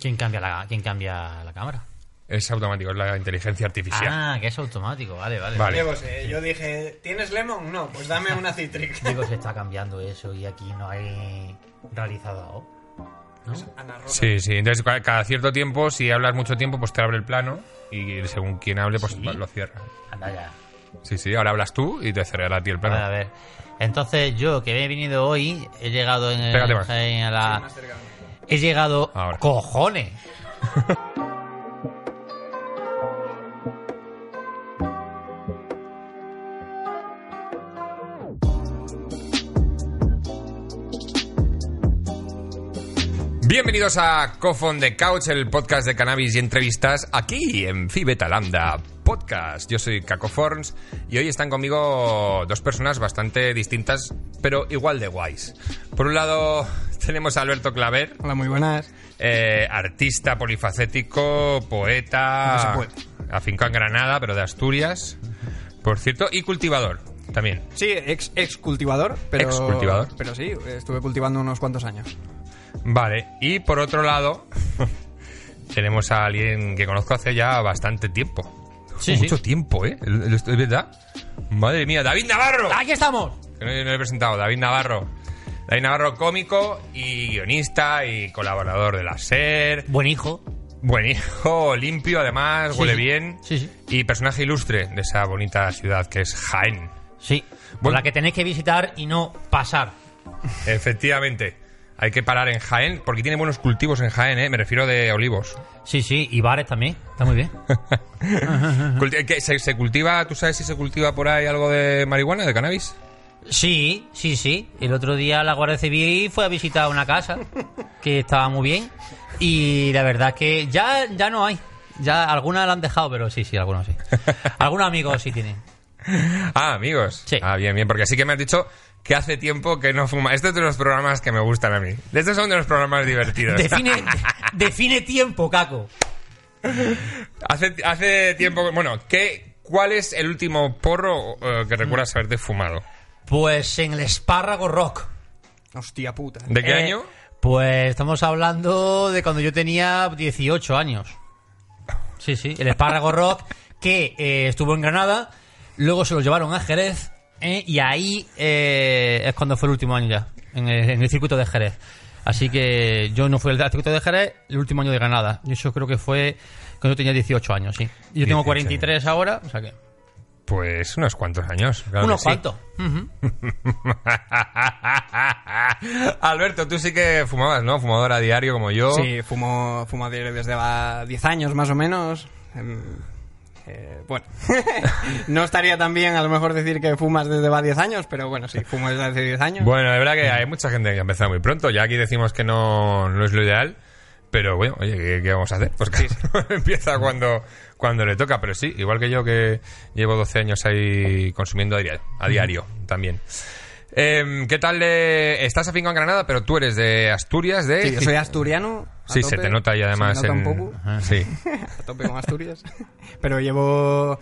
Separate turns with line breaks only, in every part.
¿Quién cambia la, quién cambia la cámara?
Es automático, es la inteligencia artificial.
Ah, que es automático. Vale, vale.
Vale.
Yo, sé, yo dije, ¿tienes lemon? No, pues dame una citric.
Digo, se está cambiando eso y aquí no hay realizador. ¿No?
Ana Rosa.
Sí, sí. Entonces, ca- cada cierto tiempo, si hablas mucho tiempo, pues te abre el plano y según quien hable, pues
¿Sí?
lo cierra.
Anda ya.
Sí, sí. Ahora hablas tú y te cerrará a ti el plano.
Vale, a ver. Entonces, yo que he venido hoy, he llegado en, el-
Pégate más.
en
Sí,
la.
más cerca.
He llegado.
Ahora.
¡Cojones!
Bienvenidos a Cofon de Couch, el podcast de cannabis y entrevistas, aquí en Phi Beta Lambda Podcast. Yo soy Cacoforns y hoy están conmigo dos personas bastante distintas, pero igual de guays. Por un lado tenemos a Alberto Claver,
Hola, muy buenas.
eh, artista polifacético, poeta,
No se
afincado en Granada, pero de Asturias, por cierto, y cultivador también.
Sí, ex, ex cultivador, pero.
Ex cultivador.
Pero sí, estuve cultivando unos cuantos años.
Vale, y por otro lado, tenemos a alguien que conozco hace ya bastante tiempo.
Sí,
Mucho
sí.
tiempo, ¿eh? El- el- ¿Es verdad? Madre mía, David Navarro.
¡Aquí estamos!
Que no, no lo he presentado, David Navarro. David Navarro, cómico y guionista y colaborador de la SER.
Buen hijo.
Buen hijo, limpio además,
Sí,
huele
sí.
bien.
Sí, sí.
Y personaje ilustre de esa bonita ciudad que es Jaén.
Sí. Por
Buen-
la que tenéis que visitar y no pasar.
Efectivamente. Hay que parar en Jaén porque tiene buenos cultivos en Jaén, ¿eh? Me refiero de olivos.
Sí, sí. Y bares también. Está muy bien.
Culti- ¿qué? ¿Se, se cultiva, tú sabes si se cultiva por ahí algo de marihuana, de cannabis?
Sí, sí, sí. El otro día la Guardia Civil fue a visitar una casa que estaba muy bien y la verdad es que ya, ya no hay. Ya algunas la han dejado, pero sí, sí, algunos sí. Algunos amigos sí tienen.
Ah, amigos.
Sí.
Ah, bien, bien, porque sí que me has dicho que hace tiempo que no fuma. Este es de los programas que me gustan a mí. Estos son de los programas divertidos.
Define, define tiempo, Caco.
hace, hace tiempo, bueno, ¿qué, ¿cuál es el último porro eh, que recuerdas haberte fumado?
Pues en el espárrago rock.
Hostia puta.
¿De qué
Eh,
año?
Pues estamos hablando de cuando yo tenía 18 años. Sí, sí, el espárrago rock que eh, estuvo en Granada, luego se lo llevaron a Jerez eh, y ahí eh, es cuando fue el último año ya, en el, en el circuito de Jerez. Así que yo no fui al circuito de Jerez, el último año de Granada. Y eso creo que fue cuando yo tenía 18 años, sí. Yo
18
tengo
años.
43 ahora, o sea que...
Pues unos cuantos años. claro
unos
que sí.
cuantos. Ujú.
Alberto, tú sí que fumabas, ¿no? Fumador a diario como yo.
Sí, fumo, fumo de- desde va 10 años más o menos. Em, eh, bueno, no estaría tan bien a lo mejor decir que fumas desde va 10 años, pero bueno, sí, fumo desde hace 10 años.
Bueno, es verdad que hay mucha gente que ha empezado muy pronto. Ya aquí decimos que no, no es lo ideal. Pero bueno, oye, ¿qué, qué vamos a hacer? Pues que empieza cuando, cuando le toca. Pero sí, igual que yo que llevo 12 años ahí consumiendo a diario, a diario también. Em, ¿Qué tal? eh, estás afincado en Granada, pero tú eres de Asturias, de...
Sí, yo soy asturiano. a
Sí, se
tope.
te nota ahí
Se me
además
nota
en-
un poco.
Ajá. Sí.
a tope con Asturias. Pero llevo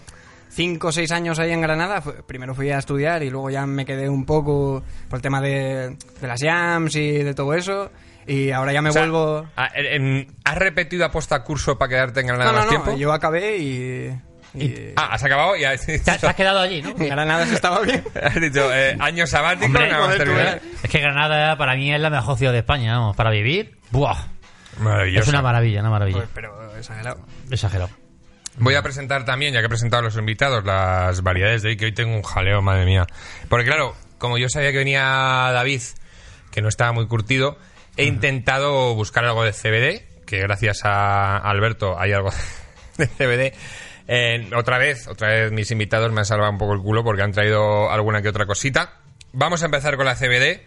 5 o 6 años ahí en Granada. Fu- Primero fui a estudiar y luego ya me quedé un poco por el tema de, de las jams y de todo eso. Y ahora ya me
O sea,
vuelvo...
a- em, ¿Has repetido aposta curso para quedarte en Granada
No, no,
más
no,
tiempo?
yo acabé y... y-
Ah, has acabado y has,
Te, te has quedado allí, ¿no?
en Granada se estaba bien.
has dicho eh, año sabático,
Hombre,
nada más
joder, tú eh.
terminar.
Es que Granada para mí es la mejor ciudad de España, vamos, para vivir. Buah.
Maravilloso.
Es una maravilla, una maravilla.
Pues, pero exagerado.
Exagerado.
Voy a presentar también, ya que he presentado a los invitados, las variedades de hoy, que hoy tengo un jaleo, madre mía. Porque claro, como yo sabía que venía David, que no estaba muy curtido, he intentado buscar algo de CBD, que gracias a Alberto hay algo de CBD. Eh, otra vez, otra vez mis invitados me han salvado un poco el culo porque han traído alguna que otra cosita. Vamos a empezar con la CBD,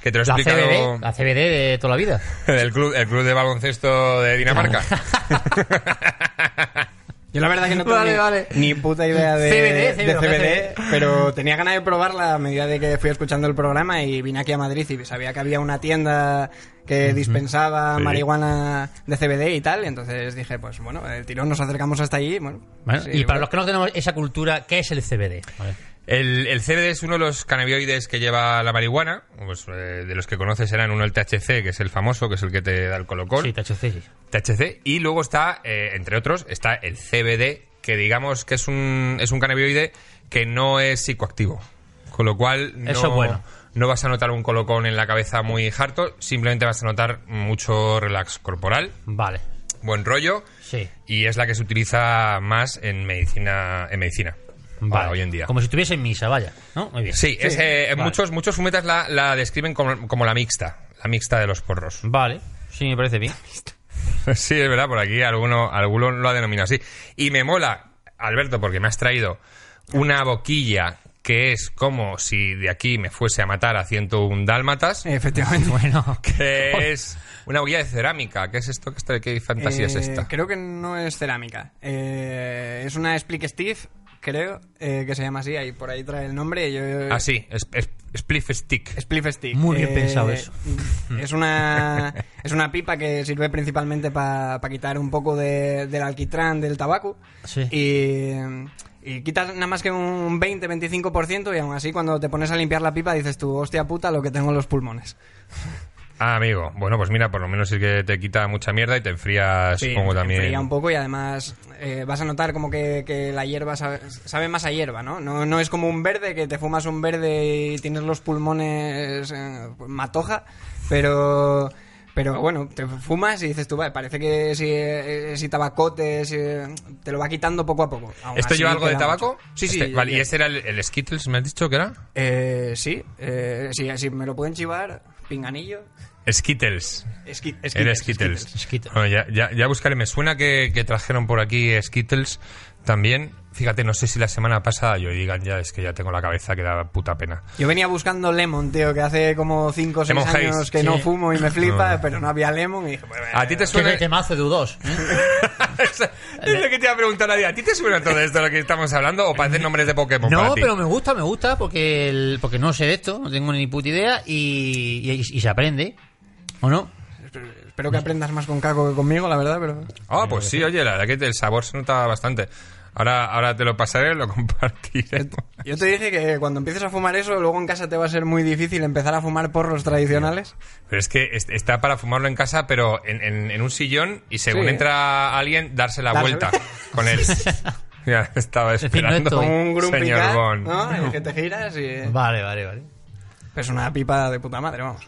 que
pues
te lo he
La
explicado
CBD, la CBD de toda la vida.
del club, el club de baloncesto de Dinamarca.
Yo la verdad que no tengo
Vale,
ni,
vale.
ni puta idea de
CBD,
de
CBD.
CBD, pero tenía ganas de probarla a medida de que fui escuchando el programa y vine aquí a Madrid y sabía que había una tienda que dispensaba
Sí.
marihuana de CBD y tal, y entonces dije, pues bueno, el tirón nos acercamos hasta allí, bueno.
Bueno,
sí,
y para
bueno.
los que no tenemos esa cultura, ¿qué es el CBD? A ver.
El, el CBD es uno de los cannabinoides que lleva la marihuana. Pues, eh, de los que conoces serán uno el THC, que es el famoso, que es el que te da el colocón.
Sí, THC, sí.
THC. Y luego está, eh, entre otros, está el CBD, que digamos que es un, es un cannabinoide que no es psicoactivo. Con lo cual, no,
Eso es bueno.
no vas a notar un colocón en la cabeza muy harto, simplemente vas a notar mucho relax corporal,
Vale.
buen rollo,
Sí.
y es la que se utiliza más en medicina. En medicina ahora, hoy en día.
Como si estuviese en misa, vaya. ¿No? Muy bien.
Sí, es, eh,
Vale.
muchos, muchos fumetas la, la describen como, como la mixta, la mixta de los porros.
Vale. Sí, me parece bien.
Sí, es verdad, por aquí alguno, alguno lo ha denominado así. Y me mola, Alberto, porque me has traído una boquilla que es como si de aquí me fuese a matar a 101
Eh.
dálmatas,
Efectivamente.
Bueno.
que es una boquilla de cerámica. ¿Qué es esto? ¿Qué, está- qué fantasía es
Eh,
esta?
Creo que no es cerámica. Eh, es una Splick Steve, creo, eh, que se llama así, ahí por ahí trae el nombre. y yo, eh,
Ah, sí, es, es- spliff stick.
Spliff Stick. Eh,
Muy bien pensado eso.
Es una, es una pipa que sirve principalmente para quitar un poco de- del alquitrán del tabaco.
Sí.
Y, y quitas nada más que un 20-25% y aún así cuando te pones a limpiar la pipa dices tú, hostia puta, lo que tengo en los pulmones.
Ah, amigo. Bueno, pues mira, por lo menos sí que te quita mucha mierda y te enfrías, supongo
te
también.
enfría un poco y además eh, vas a notar como que, que la hierba sabe, sabe más a hierba, ¿no? ¿no? No es como un verde que te fumas un verde y tienes los pulmones eh, matoja, pero... Pero bueno, te fumas y dices tú, vale, parece que si, eh, si tabacotes, eh, te lo va quitando poco a poco. Aún
¿Esto
así
lleva algo de
queda
tabaco?
mucho. Sí, sí.
Este- vale,
ya-
¿Y este era el, el Skittles, me has dicho que era?
Eh, sí, eh, sí, si me lo pueden chivar, pinganillo,
Skittles.
esqui,
Era
esquites,
Skittles.
esquites.
Skittles.
Bueno, ya, ya, ya buscaré. Me suena que, que trajeron por aquí Skittles también. Fíjate, no sé si la semana pasada yo digan ya, es que ya tengo la cabeza que da puta pena.
Yo venía buscando Lemon, tío, que hace como 5 o 6
Lemon
años
Haze.
que no
Sí.
fumo y me flipa, pero no había Lemon y dije, bueno,
¿A ti te
Que
suena?
te mazo de ¿eh? U2.
es lo que te iba a preguntar a ti. ¿A ti te suena todo esto de lo que estamos hablando o parecen nombres de Pokémon? para
No,
ti?
pero me gusta, me gusta, porque el- porque no sé de esto, no tengo ni puta idea y, y- y se aprende. ¿O no?
espero que aprendas más con Caco que conmigo, la verdad, pero...
Ah, pues sí, oye, la verdad que el sabor se nota bastante. Ahora, ahora te lo pasaré, lo compartiré.
Yo te dije que cuando empieces a fumar eso, luego en casa te va a ser muy difícil empezar a fumar porros tradicionales.
Pero es que es- está para fumarlo en casa, pero en, en- en un sillón y según
Sí.
entra alguien, darse la
Darse-
vuelta con él. ya estaba
decir, no
esperando.
estoy.
Un grupo
señor Bond.
¿no? En el que te giras y...
Vale, vale, vale.
Es una pipa de puta madre, vamos.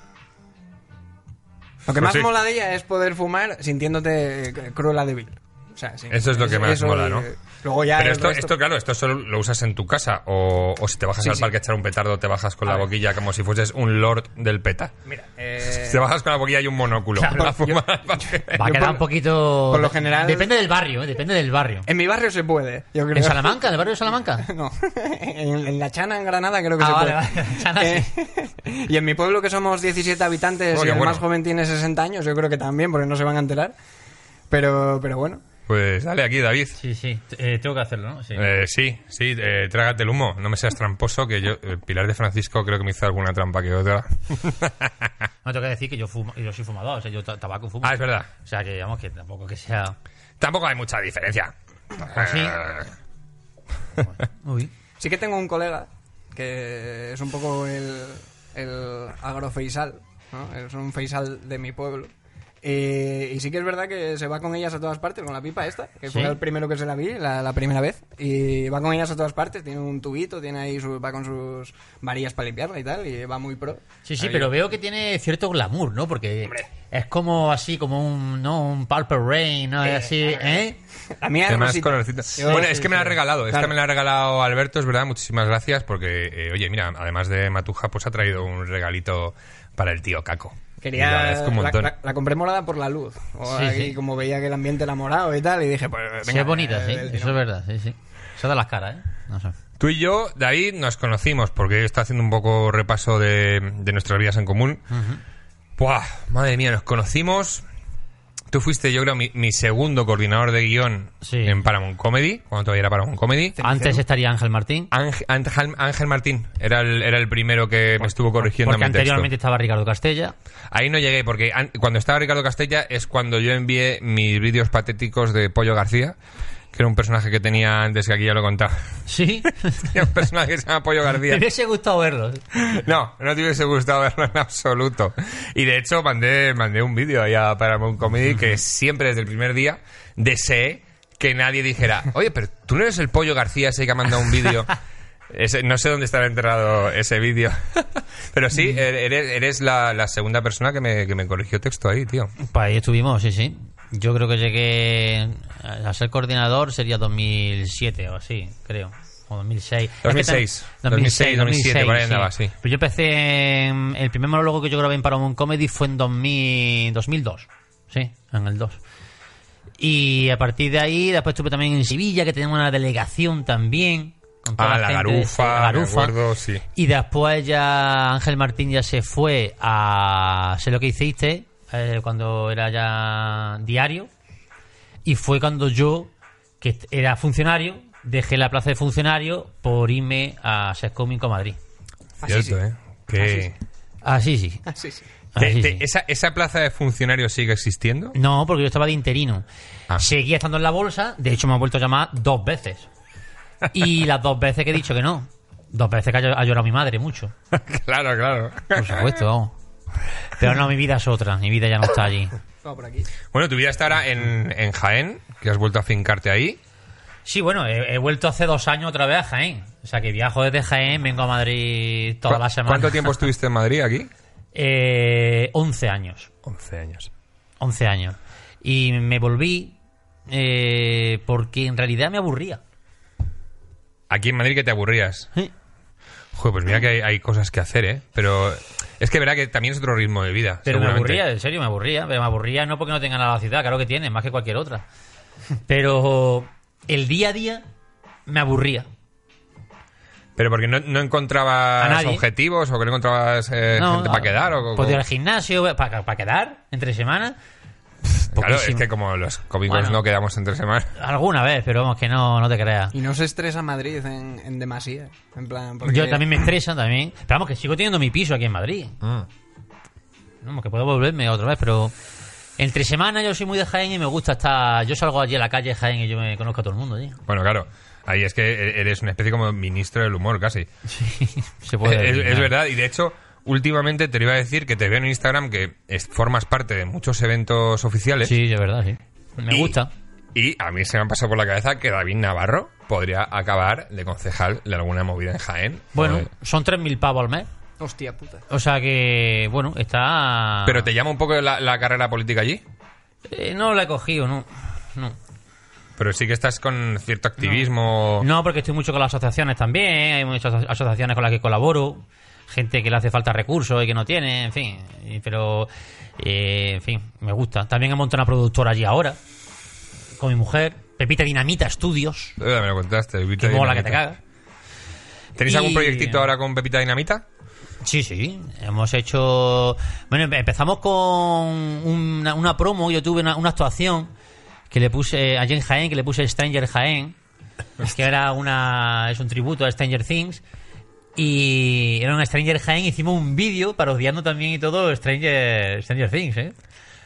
Lo que
Pues
más
sí.
mola de ella es poder fumar sintiéndote eh, cruela débil. O sea, sí,
Eso es lo que más
eso
mola,
y,
¿no?
eh, Luego ya
Pero
el
esto,
resto-
esto, claro, esto solo lo usas en tu casa o, o si te bajas
Sí,
al
sí.
parque a echar un petardo, te bajas con la boquilla como si fueses un lord del peta.
Mira, eh,
Si te bajas con la boquilla y un monóculo a fumar al parque.
Va a
Yo
quedar
por-
un poquito.
por lo general-
Depende del barrio, eh, depende del barrio.
En mi barrio se puede, yo creo.
¿En Salamanca? ¿En el barrio de Salamanca?
No, en, en La Chana, en Granada, creo que
Ah,
se
vale,
puede.
vale, Chana,
Eh, y en mi pueblo, que somos 17 habitantes
Oh,
y
qué
el
bueno.
más joven tiene 60 años, yo creo que también, porque no se van a enterar. Pero, pero bueno.
Pues dale aquí, David.
Sí, sí. Eh, tengo que hacerlo, ¿no? Sí.
Eh, sí, sí, eh, trágate el humo. No me seas tramposo, que yo, eh, Pilar de Francisco creo que me hizo alguna trampa que otra.
No tengo que decir que yo fumo, yo soy fumador, o sea, yo ta- tabaco fumo.
Ah, es verdad.
O sea, que digamos que tampoco que sea.
Tampoco hay mucha diferencia. Ah, Eh,
sí. Uy.
Sí que tengo un colega que es un poco el, el agrofeisal, ¿no? Es un feisal de mi pueblo. Eh, y sí que es verdad que se va con ellas a todas partes, con la pipa esta, que fue
Sí.
el primero que se la vi, la, la primera vez. Y va con ellas a todas partes, tiene un tubito, tiene ahí su, va con sus varillas para limpiarla y tal, y va muy pro.
Sí, sí,
Ahí.
pero veo que tiene cierto glamour, ¿no? Porque es como así, como un, ¿no? Un Purple Rain, ¿no? Es así, ¿eh?
La mía es
Además,
rosita.
colorcito.
Sí,
bueno,
sí,
es que me la ha
sí.
regalado. Esta
Claro.
me la ha regalado Alberto, es verdad. Muchísimas gracias porque, eh, oye, mira, además de Matuja, pues ha traído un regalito para el tío Caco. Y le
Quería.
agradezco un
la,
montón.
la- la compré morada por la luz. O
Sí,
ahí,
sí.
como veía que el ambiente era morado y tal, y dije, pues.
Sí,
venga,
es bonita,
eh,
sí.
del
Eso es
tirón.
verdad, sí, sí. Se da las caras, ¿eh? No sé.
Tú y yo, David, nos conocimos porque yo estaba haciendo un poco repaso de, de nuestras vidas en común. Buah, madre mía, nos conocimos. Tú fuiste, yo creo, mi, mi segundo coordinador de guión
Sí.
en Paramount Comedy, cuando todavía era Paramount Comedy.
Antes estaría Ángel Martín.
Ángel, Ángel- Ángel Martín era el, era el primero que me estuvo corrigiendo
Porque
mi texto.
anteriormente estaba Ricardo Castella.
Ahí no llegué, porque an- cuando estaba Ricardo Castella es cuando yo envié mis vídeos patéticos de Pollo García, que era un personaje que tenía antes que aquí ya lo contaba.
Sí.
Tenía un personaje que se llama Pollo
Me
García.
hubiese gustado verlo.
No, no te hubiese gustado verlo en absoluto. Y de hecho mandé, mandé un vídeo allá para Paramount Comedy que siempre desde el primer día deseé que nadie dijera, oye, pero tú no eres el Pollo García ese que ha mandado un vídeo. Ese- no sé dónde estará enterrado ese vídeo. Pero sí,
Mm.
er, eres, eres la, la segunda persona que me, que me corrigió texto ahí, tío.
Pues ahí estuvimos, sí, sí. Yo creo que llegué a ser coordinador sería 2007 o así, creo. O 2006.
2006, 2006, 2007, por ahí andaba, sí.
Pero Pues yo empecé. en- El primer monólogo que yo grabé en Paramount Comedy fue en 2000, 2002. Sí, en el 2. Y a partir de ahí, después estuve también en Sevilla, que tenemos una delegación también. Con toda
Ah, la
gente de-
garufa,
la garufa.
me acuerdo, sí.
Y después ya Ángel Martín ya se fue a Sé lo que hiciste, eh, cuando era ya diario. Y fue cuando yo, que est- era funcionario, dejé la plaza de funcionario por irme a Sescominco Madrid.
Así Ah, sí.
Cierto, ¿eh? Que-
Así sí.
Así sí.
Te-
así
te-
sí.
esa, ¿Esa plaza de funcionarios sigue existiendo?
No, porque yo estaba de interino.
Ah.
Seguía estando en la bolsa, de hecho me ha vuelto a llamar dos veces. Y las dos veces que he dicho que no. Dos veces que ha llo- ha llorado mi madre mucho.
claro, claro.
Por supuesto, vamos. Pero no, mi vida es otra, mi vida ya no está allí.
Vamos por aquí.
Bueno, tu vida está ahora en, en Jaén, que has vuelto a fincarte ahí.
Sí, bueno, he, he vuelto hace dos años otra vez a Jaén. O sea que viajo desde Jaén, vengo a Madrid toda
¿Cu-
la semana.
¿Cuánto tiempo estuviste en Madrid aquí?
Eh, 11 años.
11 años.
11 años. Y me volví eh, porque en realidad me aburría.
Aquí en Madrid que te aburrías.
Sí.
Joder, pues mira que hay, hay cosas que hacer, ¿eh? Pero es que verá que también es otro ritmo de vida.
Pero me
seguramente.
aburría, en serio, me aburría. Pero me aburría no porque no tenga nada la ciudad, claro que tiene, más que cualquier otra. Pero el día a día me aburría.
Pero porque no, no
A
encontrabas
nadie.
objetivos o que no encontrabas eh,
No,
gente
a-
para quedar. O,
Pues de ir
o-
al gimnasio, para, quedar, entre semanas.
claro, es que como los cómicos
Bueno.
no quedamos entre semanas.
Alguna vez, pero vamos, que no, no te creas.
Y no se estresa Madrid en, en demasía. En plan, porque...
Yo también me estresa también. Pero vamos, que sigo teniendo mi piso aquí en Madrid.
Ah.
Vamos, que puedo volverme otra vez, pero... Entre semana yo soy muy de Jaén y me gusta estar... Yo salgo allí a la calle de Jaén y yo me conozco a todo el mundo, tío.
Bueno, claro. Ahí es que e- eres una especie como ministro del humor, casi.
Se puede...
Es- es,
nada.
verdad, y de hecho, últimamente te lo iba a decir que te veo en Instagram que es- formas parte de muchos eventos oficiales.
Sí, es verdad, sí. Me
Y-
gusta.
Y a mí se me ha pasado por la cabeza que David Navarro podría acabar de concejal de alguna movida en Jaén.
Bueno,
Joder.
son 3.000 pavos al mes.
Hostia puta.
O sea que, bueno, está...
¿Pero te llama un poco la, la carrera política allí?
Eh, no la he cogido, no. No.
Pero sí que estás con cierto activismo.
No, porque estoy mucho con las asociaciones también, hay muchas aso- asociaciones con las que colaboro, gente que le hace falta recursos y que no tiene, en fin, y- pero, eh, en fin, me gusta. También he montado una productora allí ahora, con mi mujer, Pepita Dinamita Estudios,
Eh, Me lo contaste. Pepita
que mola que
Dinamita.
te cagas.
¿Tenéis algún
Y-
proyectito ahora con Pepita Dinamita?
Sí, sí, hemos hecho... Bueno, empe- empezamos con una, una promo, yo tuve una, una actuación que le puse allí en Jaén, que le puse Stranger Jaén, que era una es un tributo a Stranger Things, y era un Stranger Jaén, hicimos un vídeo parodiando también y todo Stranger, Stranger Things, ¿eh?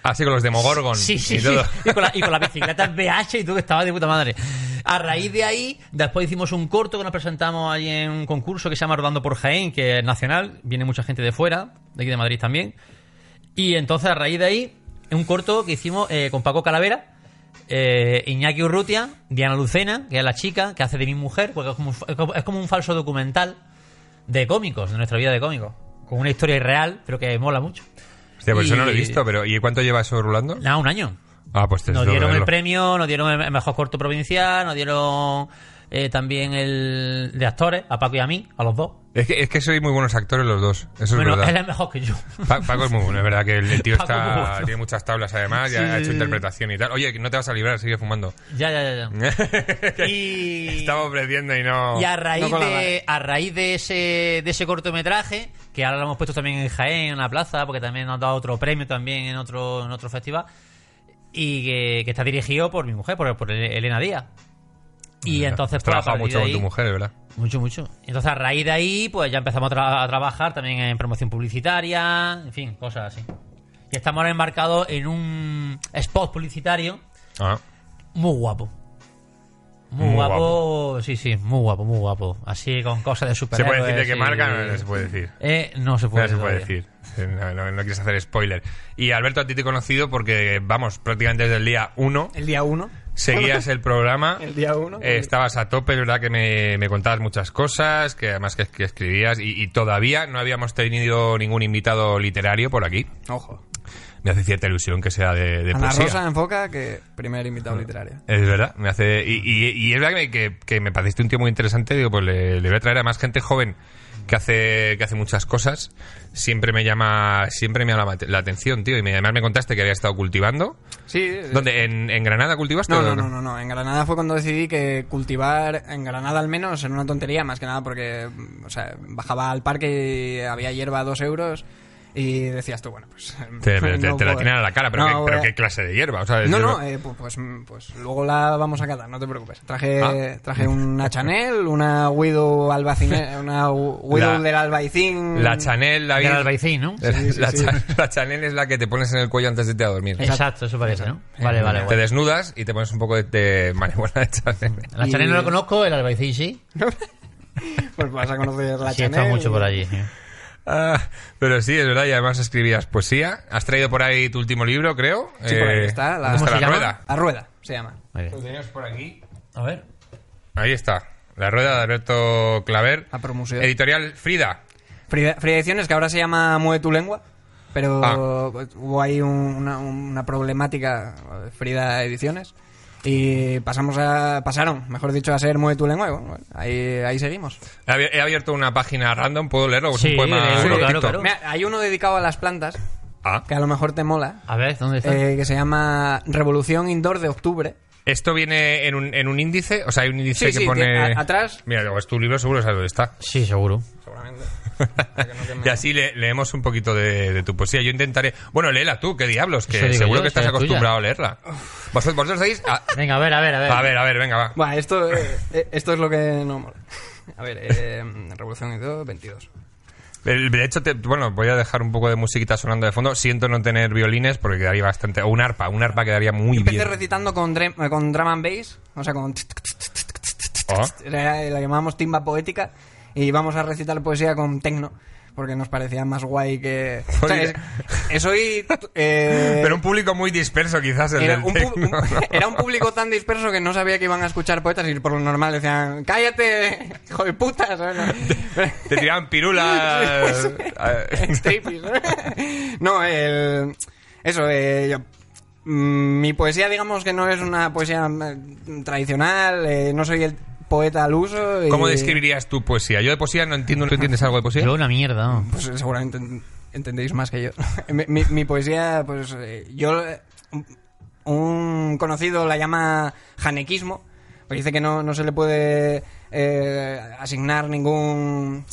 Así Ah, con los Demogorgon.
Sí, sí,
y
sí.
todo.
Y con, la, y con la bicicleta BH y todo que estaba de puta madre. A raíz de ahí, después hicimos un corto que nos presentamos ahí en un concurso que se llama Rodando por Jaén, que es nacional, viene mucha gente de fuera, de aquí de Madrid también. Y entonces a raíz de ahí, un corto que hicimos eh, con Paco Calavera, eh, Iñaki Urrutia, Diana Lucena, que es la chica que hace de mi mujer, porque es como un fa- es como- es como un falso documental de cómicos, de nuestra vida de cómicos, con una historia irreal, pero que mola mucho.
Hostia, pues eso no lo he
Y-
visto, pero ¿y cuánto lleva eso rulando?
Nada, un año.
Ah, pues te
Nos dieron el premio, nos dieron el mejor corto provincial, nos dieron eh, también el de actores, a Paco y a mí, a los dos.
Es que, es que sois muy buenos actores los dos. Eso
bueno,
es verdad.
él es mejor que yo.
Pa- Paco es muy bueno, es verdad que el, el tío
Paco
está,
es muy bueno.
tiene muchas tablas además, ya
Sí,
ha
sí,
hecho
sí.
interpretación y tal. Oye, que no te vas a librar, sigue fumando.
Ya, ya, ya. ya. Y-
Estaba ofreciendo y no...
Y a raíz,
no con la
de, a raíz de ese de ese cortometraje, que ahora lo hemos puesto también en Jaén, en la plaza, porque también nos ha dado otro premio también en otro, en otro festival, y que, que está dirigido por mi mujer, por, por Elena Díaz. Y entonces,
Has
pues, a
trabajado
partir
mucho
de
con
ahí-
tu mujer, de ¿verdad?
Mucho, mucho. Entonces, a raíz de ahí, pues ya empezamos a, tra- a trabajar también en promoción publicitaria, en fin, cosas así. Y estamos ahora embarcados en un spot publicitario
Ah.
muy guapo. Muy,
Muy
guapo, sí, sí, muy guapo, muy guapo. Así con cosas de
¿Se
superhéroes.
puede decir de qué
y-
marca? No, no se puede decir.
Eh, no se puede,
No se puede
todavía.
decir. Eh, No, no- no quieres hacer spoiler. Y Alberto, a ti te he conocido porque, vamos, prácticamente desde el día 1
El día 1.
seguías el programa.
El día 1.
Eh, estabas a tope, es verdad que me, me contabas muchas cosas, que además que, que escribías y, y todavía no habíamos tenido ningún invitado literario por aquí.
Ojo.
Me hace cierta ilusión que sea de, de
Ana
poesía. Ah.
Rosa enfoca que primer invitado literario.
Es verdad, me hace. Y, y- y es verdad que me, que- que me pareciste un tío muy interesante. Digo, pues le, le voy a traer a más gente joven que hace, que hace muchas cosas. Siempre me llama, siempre me llama la, la atención, tío. Y me- además me contaste que había estado cultivando.
Sí.
¿Dónde? ¿En, en Granada cultivaste?
Eh, No,
o
no, no, no, no. En Granada fue cuando decidí que cultivar en Granada al menos era una tontería, más que nada porque, mm, o sea, bajaba al parque y había hierba a dos euros y decías tú, bueno, pues...
Te, te-
no
te la
puedo-
tiran a la cara, pero,
no
qué,
voy
pero
a-
qué clase de hierba. O sea, yo
No, no, eh, pu- pues, mm, pues luego la vamos a catar, no te preocupes. Traje,
Ah.
traje una Chanel, una Widow Albacine, una Wi- Widow
La-
del Albaicín.
La Chanel, David.
Del Albaicín, ¿no?
la, Cha- la Chanel es la que te pones en el cuello antes de irte a dormir.
Exacto, eso parece, ¿no? Vale, vale,
te
guay.
desnudas y te pones un poco de, de marihuana de Chanel.
La Chanel no la conozco, el Albaicín sí.
Pues vas a conocer la
Sí, he
Chanel.
estado mucho por allí. ¿eh?
Ah, pero sí, es verdad, y además escribías poesía. Has traído por ahí tu último libro, creo.
Sí, por ahí
Eh,
está,
¿dónde
la- ¿Cómo
está
se
la
llama?
rueda?
La rueda, se llama.
Muy bien.
tenías por aquí.
A ver.
Ahí está. La rueda de Alberto Claver.
La promoción.
Editorial Frida.
Frida, Frida Ediciones, que ahora se llama Mueve tu lengua, pero
Ah.
pues, hubo ahí un- una, una problemática, eh, Frida Ediciones, y pasamos a, pasaron, mejor dicho, a ser Mueve tu lengua, y bueno, bueno, ahí, ahí seguimos.
He abier- He abierto una página random, puedo leerlo, es un
Sí,
poema
léelo,
cortito.
claro, claro.
Mira, hay uno dedicado a las plantas,
Ah,
que a lo mejor te mola,
A ver, ¿dónde está?
eh, que se llama Revolución Indoor de Octubre.
Esto viene en un, en un índice, o sea, hay un índice
Sí,
que
sí,
pone.
tiene- a- atrás.
Mira, luego es tu libro, seguro sabes dónde está.
Sí, seguro.
Seguramente.
y así le- leemos un poquito de, de tu poesía. Yo intentaré. Bueno, léela tú, qué diablos,
Eso
que
digo
seguro
yo,
que estás
será tuya.
acostumbrado a leerla. Vosotros, vosotros sabéis. A,
Venga, a ver, a ver, a ver.
a ver, a ver, venga, va.
Buah, esto, eh, eh, esto es lo que no mola. A ver, eh, Revolución Indoor 22.
El- De hecho, te- bueno, voy a dejar un poco de musiquita sonando de fondo. Siento no tener violines porque quedaría bastante. O un arpa, un arpa quedaría muy
Empecé
bien.
recitando con, dre- eh, con drum and bass, o sea, con...
Oh.
Era- la llamábamos timba poética y íbamos a recitar poesía con tecno porque nos parecía más guay que o sea, es, es hoy eh,
Pero un público muy disperso, quizás. El
era
del
un, pub-
tecno,
un-
¿no?
era un público tan disperso que no sabía que iban a escuchar poetas y por lo normal decían cállate hijo de puta ¿sabes?
Te tiraban pirulas.
Pues, Striptease, no no, el eso eh, yo- mm, mi poesía digamos que no es una poesía mm, tradicional eh, no soy el poeta al uso y-
¿Cómo describirías tu poesía? Yo de poesía no entiendo. ¿Tú entiendes algo de poesía?
Eh, Yo una mierda. ¿no?
pues eh, seguramente en- entendéis más que yo. mi, mi- mi poesía, pues eh, yo... eh, Un conocido la llama janequismo, porque dice que no, no se le puede eh, asignar ningún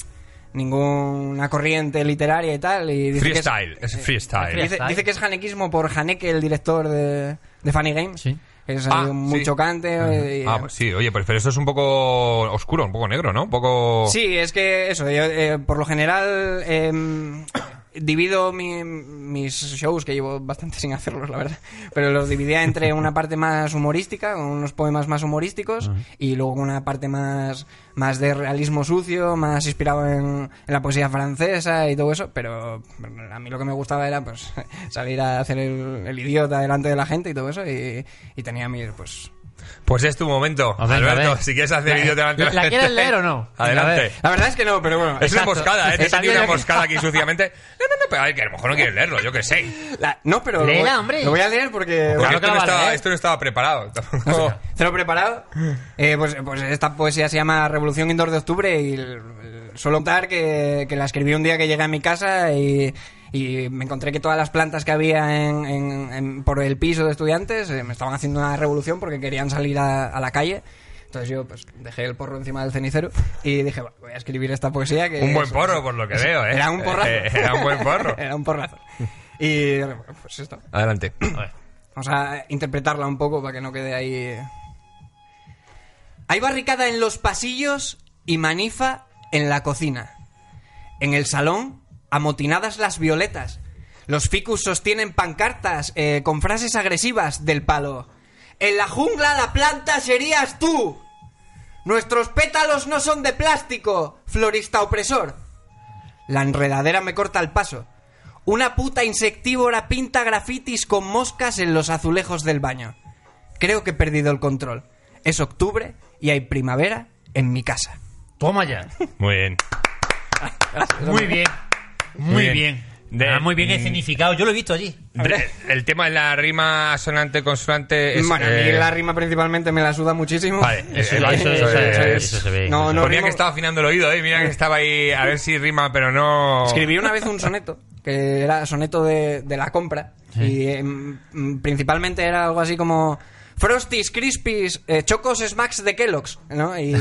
ninguna corriente literaria y tal. Y dice que es-
freestyle. Es,
eh,
freestyle.
Dice, dice que es janequismo por Haneke, el director de, de Funny Games.
Sí.
Que es
Ah,
algo muy
sí.
chocante. eh, y-
Ah, pues sí, oye, pero, pero eso es un poco oscuro, un poco negro, ¿no? Un poco.
Sí, es que eso, yo, eh, por lo general em, divido mi- mis shows, que llevo bastante sin hacerlos, la verdad, pero los dividía entre una parte más humorística, con unos poemas más humorísticos, y luego una parte más, más de realismo sucio, más inspirado en, en la poesía francesa y todo eso, pero a mí lo que me gustaba era pues salir a hacer el, el idiota delante de la gente y todo eso, y, y tenía mis, pues...
Pues es tu momento,
Venga,
Alberto.
venga.
Si quieres hacer
La-
vídeo delante de
¿la
gente,
quieres leer o no? Venga,
Adelante.
a ver.
La verdad es que no, pero bueno.
Eh. Es una
Exacto.
emboscada, ¿eh? Te he
Exacto,
tenido una
yo que-
emboscada aquí suciamente. No, no, no, pero a ver, que a lo mejor no quieres leerlo, yo que sé.
la- no, pero. lo
Léela,
voy-
hombre.
Lo voy a leer porque.
Porque
Claro
esto,
que la
no
vale,
estaba,
¿eh?
esto no estaba preparado. tampoco.
¿Te Oh, lo he preparado? Eh, pues, pues esta poesía se llama Revolución Indoor de Octubre y el- el- suelo contar que, que la escribí un día que llegué a mi casa y, y me encontré que todas las plantas que había en- en- en- por el piso de estudiantes eh, me estaban haciendo una revolución porque querían salir a, a la calle. Entonces yo pues dejé el porro encima del cenicero y dije, "Bueno, voy a escribir esta poesía que...
Un buen
es-
porro, por lo que veo, ¿eh?
Era un porrazo.
Eh, Era un buen porro.
Era un porrazo. Y bueno, pues esto.
Adelante.
A ver.
Vamos a interpretarla un poco para que no quede ahí. eh. Hay barricada en los pasillos y manifa en la cocina. En el salón, amotinadas las violetas. Los ficus sostienen pancartas eh, con frases agresivas del palo. En la jungla la planta serías tú. Nuestros pétalos no son de plástico, florista opresor. La enredadera me corta el paso. Una puta insectívora pinta grafitis con moscas en los azulejos del baño. Creo que he perdido el control. Es octubre y hay primavera en mi casa.
Toma ya.
Muy bien.
Muy bien. Muy
bien.
bien.
De-
Ah, muy bien
mm.
escenificado. Yo lo he visto allí.
Dre- El tema de la rima sonante-consonante es...
bueno, a mí
eh,
la rima principalmente me la suda muchísimo.
Vale,
Eso-
eh, vale,
eso-
eso
eso-
es-
eso- eso se ve.
No, no
Ponía
rimo.
que estaba afinando el oído, ¿eh? Mira que estaba ahí a ver si rima, pero no...
Escribí una vez un soneto, que era soneto de, de la compra, y em, mm, principalmente era algo así como... Frosties, Crispies, eh, Chocos Smacks de Kellogg's, ¿no? Y, y-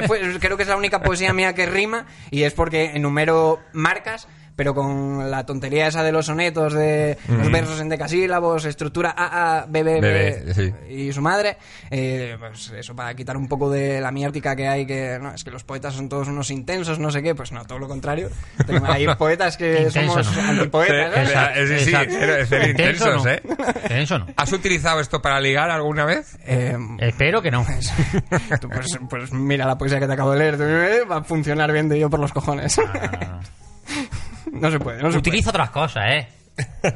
y fue- creo que es la única poesía mía que rima y es porque enumero marcas, pero con la tontería esa de los sonetos, de los versos en decasílabos, estructura AA, BB,
BB, sí.
y su madre. eh, pues eso, para quitar un poco de la miértica que hay, que no, es que los poetas son todos unos intensos, no sé qué. Pues no, todo lo contrario. Tengo- Hay poetas que
Intenso,
somos
¿no?
antipoetas, ¿no?
Eh,
Exacto,
esa- sí, sí,
exacto.
era- es decir,
¿Intenso
intensos,
no?
¿eh?
Intenso no.
¿Has utilizado esto para ligar alguna vez?
Eh,
Espero que no.
tú, pues, pues mira la poesía que te acabo de leer, tú, eh, va a funcionar bien de yo por los cojones. no se puede, no se
Ah. Utiliza otras cosas, ¿eh?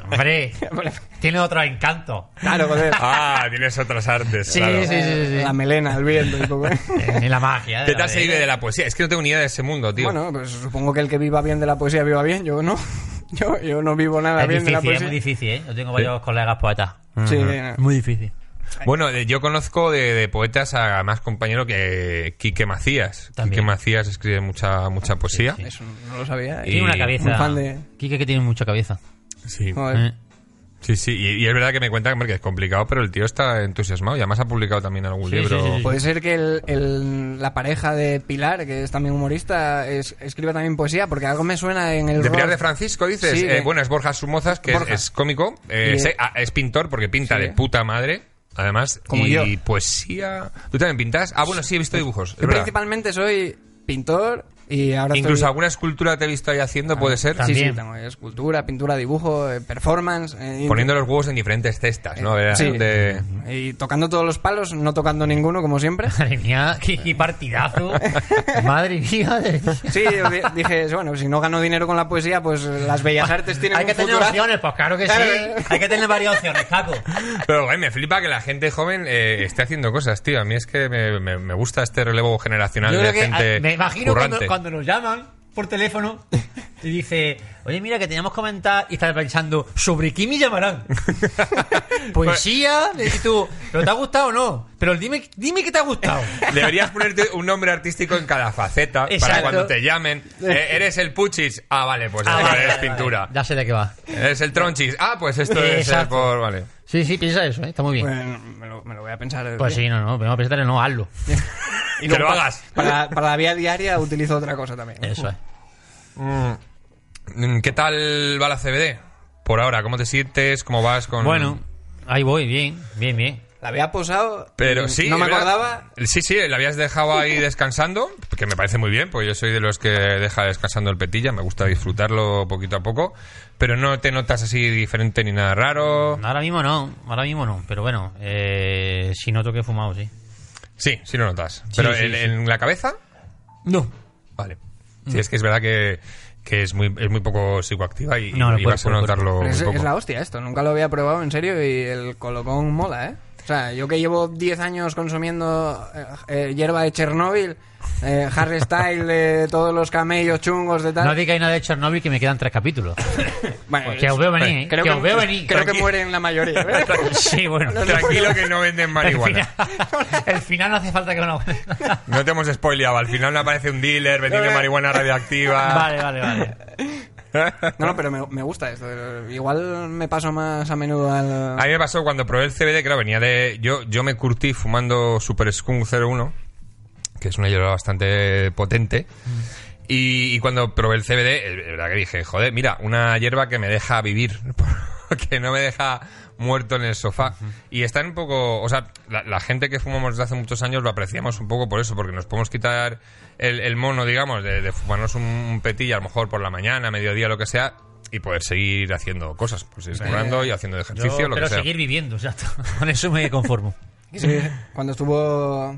Hombre,
puede.
tiene otro encanto.
Claro, joder. Eh,
Ah, tienes otras artes, claro.
sí, sí, sí. Eh,
La melena, el viento, un poco. ¿eh?
Tiene la magia.
¿Qué
la
tal se
de-
vive de la poesía? Es que no tengo ni idea de ese mundo, tío.
Bueno, pues supongo que el que viva bien de la poesía viva bien, yo no. Yo, yo no vivo nada
Es
bien de la
difícil, es
poesía.
muy difícil, ¿eh? Yo tengo varios colegas poetas.
Sí, eh,
Muy difícil.
Bueno, de- yo conozco de, de poetas a más compañero que Quique Macías.
También.
Quique Macías escribe mucha mucha poesía.
Sí,
eso no lo sabía.
Y-
Tiene una cabeza.
Un fan de-
Quique que tiene mucha cabeza.
Sí,
Joder.
Eh.
sí. sí. Y, y es verdad que me cuentan hombre, que es complicado, pero el tío está entusiasmado y además ha publicado también algún
Sí,
libro.
sí, sí, sí.
eh, Puede ser que el- el- la pareja de Pilar, que es también humorista, es- escriba también poesía, porque algo me suena en el...
De Pilar
rock.
de Francisco, dices.
Sí,
Eh,
de-
Bueno, es Borja Sumozas, que es-
Borja.
Es, cómico. eh,
Y, eh,
se- ah, es pintor porque pinta
sí.
de puta madre. Además,
Como
y
yo.
poesía. ¿Tú también pintas? Ah, bueno, sí, he visto dibujos. es
Yo
verdad.
principalmente soy pintor y ahora
Incluso
estoy-
alguna escultura te he visto ahí haciendo, puede ser.
también.
Sí, sí, tengo escultura, pintura, dibujo, eh, performance... eh,
Poniendo los huevos en diferentes cestas, ¿no? Verás,
sí.
de-
Y tocando todos los palos, no tocando ninguno, como siempre.
Madre mía, qué qué partidazo. Madre mía. de-
Sí, yo di- dije, bueno, si no gano dinero con la poesía, pues eh, las bellas artes tienen
Ah, Hay que
un
tener
futurazo.
opciones, pues claro que sí.
Claro.
Hay que tener varias opciones, Caco.
Pero, güey, me flipa que la gente joven eh, esté haciendo cosas, tío. A mí es que me, me- me gusta este relevo generacional
Yo
de
creo que,
gente
ah, me imagino cuando,
currante.
cuando nos llaman por teléfono y dice, oye, mira, que teníamos que comentar y estás pensando, ¿sobre qué me llamarán? Poesía, y tú, ¿pero te ha gustado o no? Pero dime, dime que te ha gustado.
Deberías ponerte un nombre artístico en cada faceta para
Exacto.
cuando te llamen. Eh, ¿Eres el Puchis? Ah, vale, pues esto
vale,
es
vale,
pintura.
vale. Ya sé de qué va.
¿Eres el Tronchis? Ah, pues esto es eh,
Exacto.
por... Vale.
Sí, sí, piensa eso, ¿eh? está muy bien. Pues,
Bueno, me lo, me lo voy a pensar. eh, bien.
sí, no, no, pero pensar no, hazlo.
Y
luego
que lo
para-
hagas.
Para, para la vida diaria utilizo otra cosa también.
Eso es.
Mm, ¿Qué tal va la CBD? Por ahora, ¿cómo te sientes? ¿Cómo vas con...?
Bueno, ahí voy, bien, bien, bien.
La había posado,
Pero
mm,
sí, Oh,
no me
¿verdad?
acordaba.
Sí, sí, la habías dejado ahí descansando, que me parece muy bien, porque yo soy de los que deja descansando el petilla, me gusta disfrutarlo poquito a poco, pero no te notas así diferente ni nada raro.
Ahora mismo no, ahora mismo no, pero bueno, eh, si noto que he fumado, sí.
Sí, sí lo notas. Pero
sí,
en,
sí.
en la cabeza,
No.
vale. Sí, es que es verdad que, que es, muy, es muy poco psicoactiva y,
No, no,
y
por-
vas a
por- por-
notarlo
Pero
muy
Es,
poco.
es la hostia esto, nunca lo había probado en serio y el colocón mola, ¿eh? sea, yo que llevo 10 años consumiendo eh, eh, hierba de Chernóbil, eh, Harry Style, de todos los camellos chungos de tal.
No digáis nada de Chernobyl que me quedan tres capítulos.
Bueno,
que os veo venir, eh,
Pues,
creo
que os veo venir.
Creo que
Tranqui-
mueren la mayoría. ¿eh?
Sí, bueno.
Tranquilo que no venden
El
marihuana.
final, el final no hace falta que lo
No te hemos spoileado. Al final no aparece un dealer vendiendo marihuana radioactiva.
Vale, vale, vale.
No, no, pero me, me gusta esto. Igual me paso más a menudo al...
A mí me pasó cuando probé el CBD, claro, venía de. Yo, yo me curtí fumando Super Skunk 01, que es una hierba bastante potente. Y, y cuando probé el CBD, es eh, verdad que dije, joder, mira, una hierba que me deja vivir, que no me deja muerto en el sofá. Y están un poco. O sea, la, la gente que fumamos desde hace muchos años lo apreciamos un poco por eso, porque nos podemos quitar el, el mono, digamos, de, de fumarnos un, un petillo, a lo mejor por la mañana, mediodía, lo que sea. Y poder seguir haciendo cosas, pues ir currando y haciendo
Yo
ejercicio, lo
espero
que sea.
seguir viviendo, exacto. Con eso me conformo.
Sí, cuando estuvo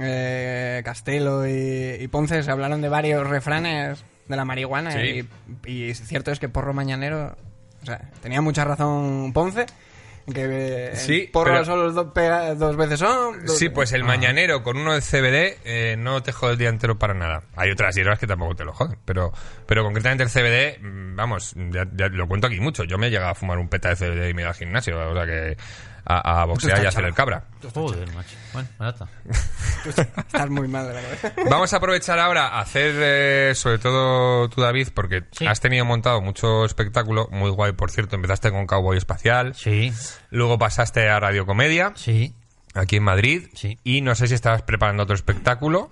eh, Castelo y, y Ponce se hablaron de varios refranes de la marihuana
Sí.
y, y cierto es que porro mañanero, o sea, tenía mucha razón Ponce, que eh,
Sí,
porro
pero-
solo dos, pega- dos veces son. dos-
Sí, pues
Ah.
el mañanero con uno de CBD eh, no te jode el día entero para nada. Hay otras hierbas que tampoco te lo joden, pero, pero concretamente el CBD, mm, vamos, ya, ya lo cuento aquí mucho. Yo me he llegado a fumar un peta de CBD y me he ido al gimnasio, o sea que a, a boxear y a hacer el cabra.
Joder, macho. Bueno, ya está.
Estás muy mal de la cabeza.
Vamos a aprovechar ahora a hacer, eh, sobre todo tú, David, porque
Sí.
has tenido montado mucho espectáculo, muy guay, por cierto. Empezaste con Cowboy Espacial,
Sí,
luego pasaste a Radio Comedia,
sí.
aquí en Madrid,
Sí.
y no sé si estabas preparando otro espectáculo.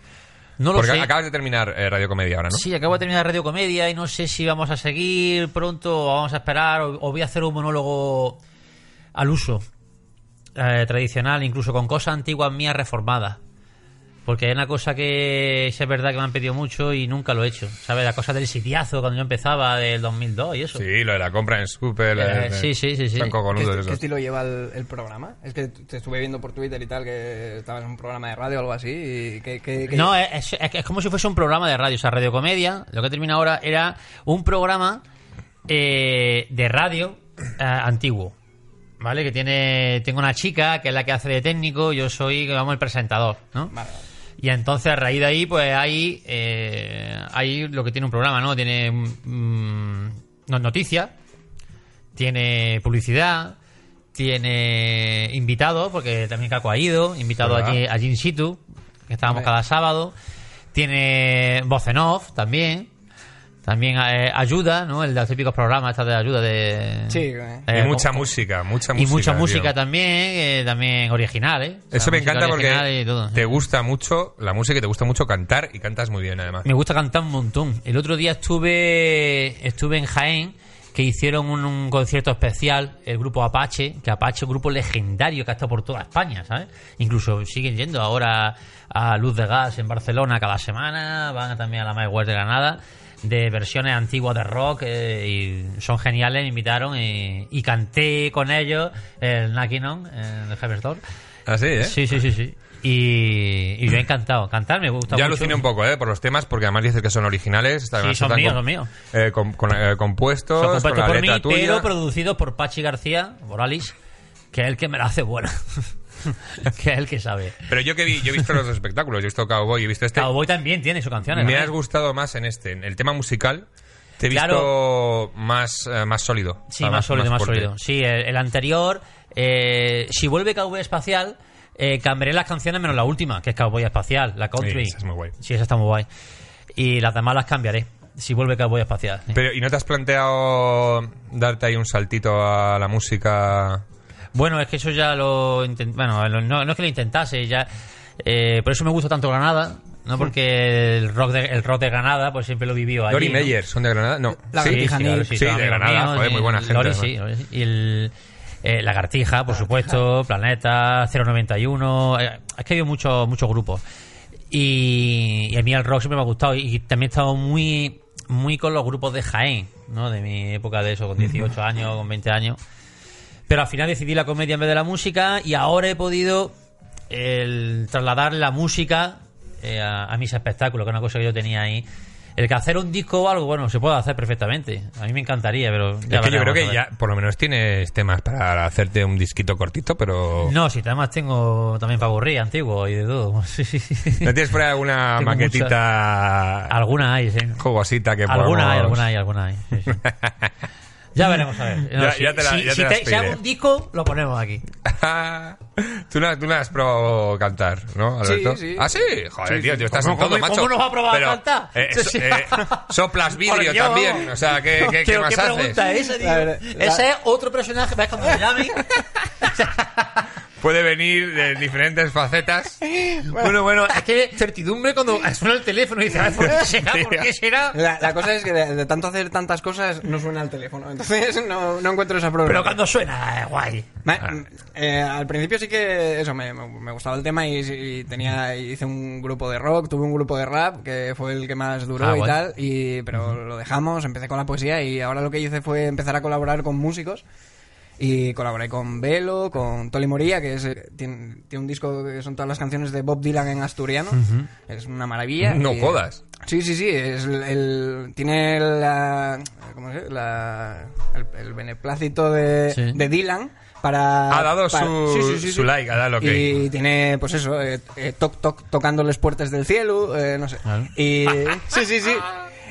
No lo
Porque
sé.
acabas de terminar eh, Radio Comedia ahora, ¿no?
Sí, acabo de terminar Radio Comedia y no sé si vamos a seguir pronto o vamos a esperar o, o voy a hacer un monólogo al uso, eh, tradicional, incluso con cosas antiguas mías reformadas. Porque hay una cosa que sí es verdad que me han pedido mucho y nunca lo he hecho. ¿Sabes? La cosa del sitiazo cuando yo empezaba del 2002 y eso.
Sí, lo de la compra en Super. lo de-
Eh, sí, sí, sí, sí.
Están
¿Qué,
cojonudos
est- qué
esos.
estilo lleva el, el programa? Es que te estuve viendo por Twitter y tal que estabas en un programa de radio o algo así. Y que, que- que-
No, es, es- es como si fuese un programa de radio. O sea, Radio Comedia, lo que termina ahora, era un programa eh, de radio eh, antiguo. ¿Vale? Que tiene. Tengo una chica que es la que hace de técnico, yo soy, vamos, el presentador, ¿no?
Vale, vale.
Y entonces a raíz de ahí, pues hay, eh, hay lo que tiene un programa, ¿no? Tiene mm, no- noticias, tiene publicidad, tiene invitados, porque también Caco ha ido, invitado
¿Verdad?
allí, allí in situ, que estábamos cada sábado, tiene voz en off también. También eh, ayuda, ¿no? El de los típicos programas, estas de ayuda de...
Sí, eh.
eh,
y mucha
con-
música, mucha
Y
música.
mucha música
tío.
también, eh, también original, ¿eh? O sea,
Eso me
música
encanta
original y todo,
porque
sí.
te gusta mucho la música y te gusta mucho cantar y cantas muy bien además.
Me gusta cantar un montón. El otro día estuve estuve en Jaén que hicieron un, un concierto especial el grupo Apache, que Apache es un grupo legendario que ha estado por toda España, ¿sabes? Incluso siguen yendo ahora a Luz de Gas en Barcelona cada semana, van también a la My World de Granada de versiones antiguas de rock eh, y son geniales, me invitaron eh, y canté con ellos el Nakinon, el Hebersdorf.
Así, ¿eh?
Sí, sí, sí, sí. Y, y yo he encantado. Cantar me gusta
Ya
mucho.
aluciné un poco, ¿eh? Por los temas, porque además dices que son originales. además
son
tan
míos,
com-
son míos.
eh, com- con- eh, compuestos,
Son
con
compuestos
la
por mí,
letra tuya.
pero producidos por Pachi García, Morales, que es el que me la hace buena. que es el que sabe.
Pero yo que vi, yo he visto los dos espectáculos, yo he visto Cowboy, he visto este.
Cowboy también tiene sus canciones.
Me
¿no?
has gustado más en este, en el tema musical. Te he visto más, eh, más sólido.
Sí,
además,
más sólido, más,
fuerte.
sólido. Sí, el, el anterior, eh, si vuelve Cowboy Espacial, eh, cambiaré las canciones menos la última, que es Cowboy Espacial, la country.
Sí, esa es muy guay.
Sí, esa está muy guay. Y las demás las cambiaré, si vuelve Cowboy Espacial. sí.
Pero, ¿y no te has planteado darte ahí un saltito a la música?
Bueno, es que eso ya lo inten- bueno, lo- no, no es que lo intentase, ya eh, por eso me gusta tanto Granada,
Hmm.
no porque el rock de, el rock de Granada pues siempre lo vivió allí.
Lori
¿no?
Meyer, ¿son de Granada? No.
La
sí,
Betty
sí,
Janil.
claro, sí,
son
de
amigos
Granada,
míos,
joder, muy buena
y
gente.
Lori
además.
sí, Lori sí. Y el eh, Lagartija, por supuesto, Planeta, 091, eh, es que ha habido muchos muchos grupos. Y, y a mí el rock siempre me ha gustado y, también he estado muy muy con los grupos de Jaén, ¿no? De mi época de eso, con 18 años, con 20 años. Pero al final decidí la comedia en vez de la música y ahora he podido el trasladar la música eh, a, a mis espectáculos, que es una cosa que yo tenía ahí El que hacer un disco o algo, bueno, se puede hacer perfectamente. A mí me encantaría, pero... ya
es que yo
veremos,
creo
a
que
ver.
ya, por lo menos tienes temas para hacerte un disquito cortito, pero.
No, sí, además tengo también para aburrir, antiguo y de todo. Sí, sí, sí.
¿No tienes por ahí alguna
Tengo
maquetita
Alguna hay, sí.
jugosita que
Alguna hay,
podamos-
alguna hay, alguna hay. sí, sí. Ya veremos, a ver. No,
Ya-
si,
ya te la-
si-
ya te
si
las
te- si
pediré.
hago un disco, lo ponemos aquí.
tú, no, tú no has probado cantar, ¿no,
Sí,
Alberto?
sí.
Ah, sí. Joder, tío, tío, estás
¿Cómo-
en todo,
cómo-
macho.
cómo no va a probar a
Pero,
cantar?
eh,
Sí,
so-
sí.
eh, soplas vidrio
Porque yo-
también. O sea, ¿qué, qué, qué
Pero
más
pregunta
haces?
es esa, tío?
La verdad- la-
Ese es otro personaje, ¿ves cuando me llame?
Puede venir de diferentes facetas.
Bueno, bueno, es que certidumbre cuando suena el teléfono y dices, "Ay, ¿por qué será? ¿Por qué será?
La, la cosa es que de, de tanto hacer tantas cosas no suena el teléfono, entonces no, no encuentro esa problema.
Pero cuando suena, eh, guay.
Ma- m- eh, al principio sí que eso me, me- me gustaba el tema y, y tenía hice un grupo de rock, tuve un grupo de rap que fue el que más duró
Ah,
y
guay.
tal, y pero lo dejamos, empecé con la poesía y ahora lo que hice fue empezar a colaborar con músicos y colaboré con Velo, con Toli Moría, que es, eh, tiene, tiene un disco que son todas las canciones de Bob Dylan en asturiano, es una maravilla.
No
y-
jodas.
Sí, sí, sí, es el, el- tiene la, ¿cómo se dice? La- el, el beneplácito de,
Sí.
de Dylan para...
Ha dado
para-
su- su like, ha dado el ok.
Y tiene, pues eso, eh, eh, toc, toc, tocando las puertas del cielo, eh, no sé.
Claro.
Y, sí, sí, sí.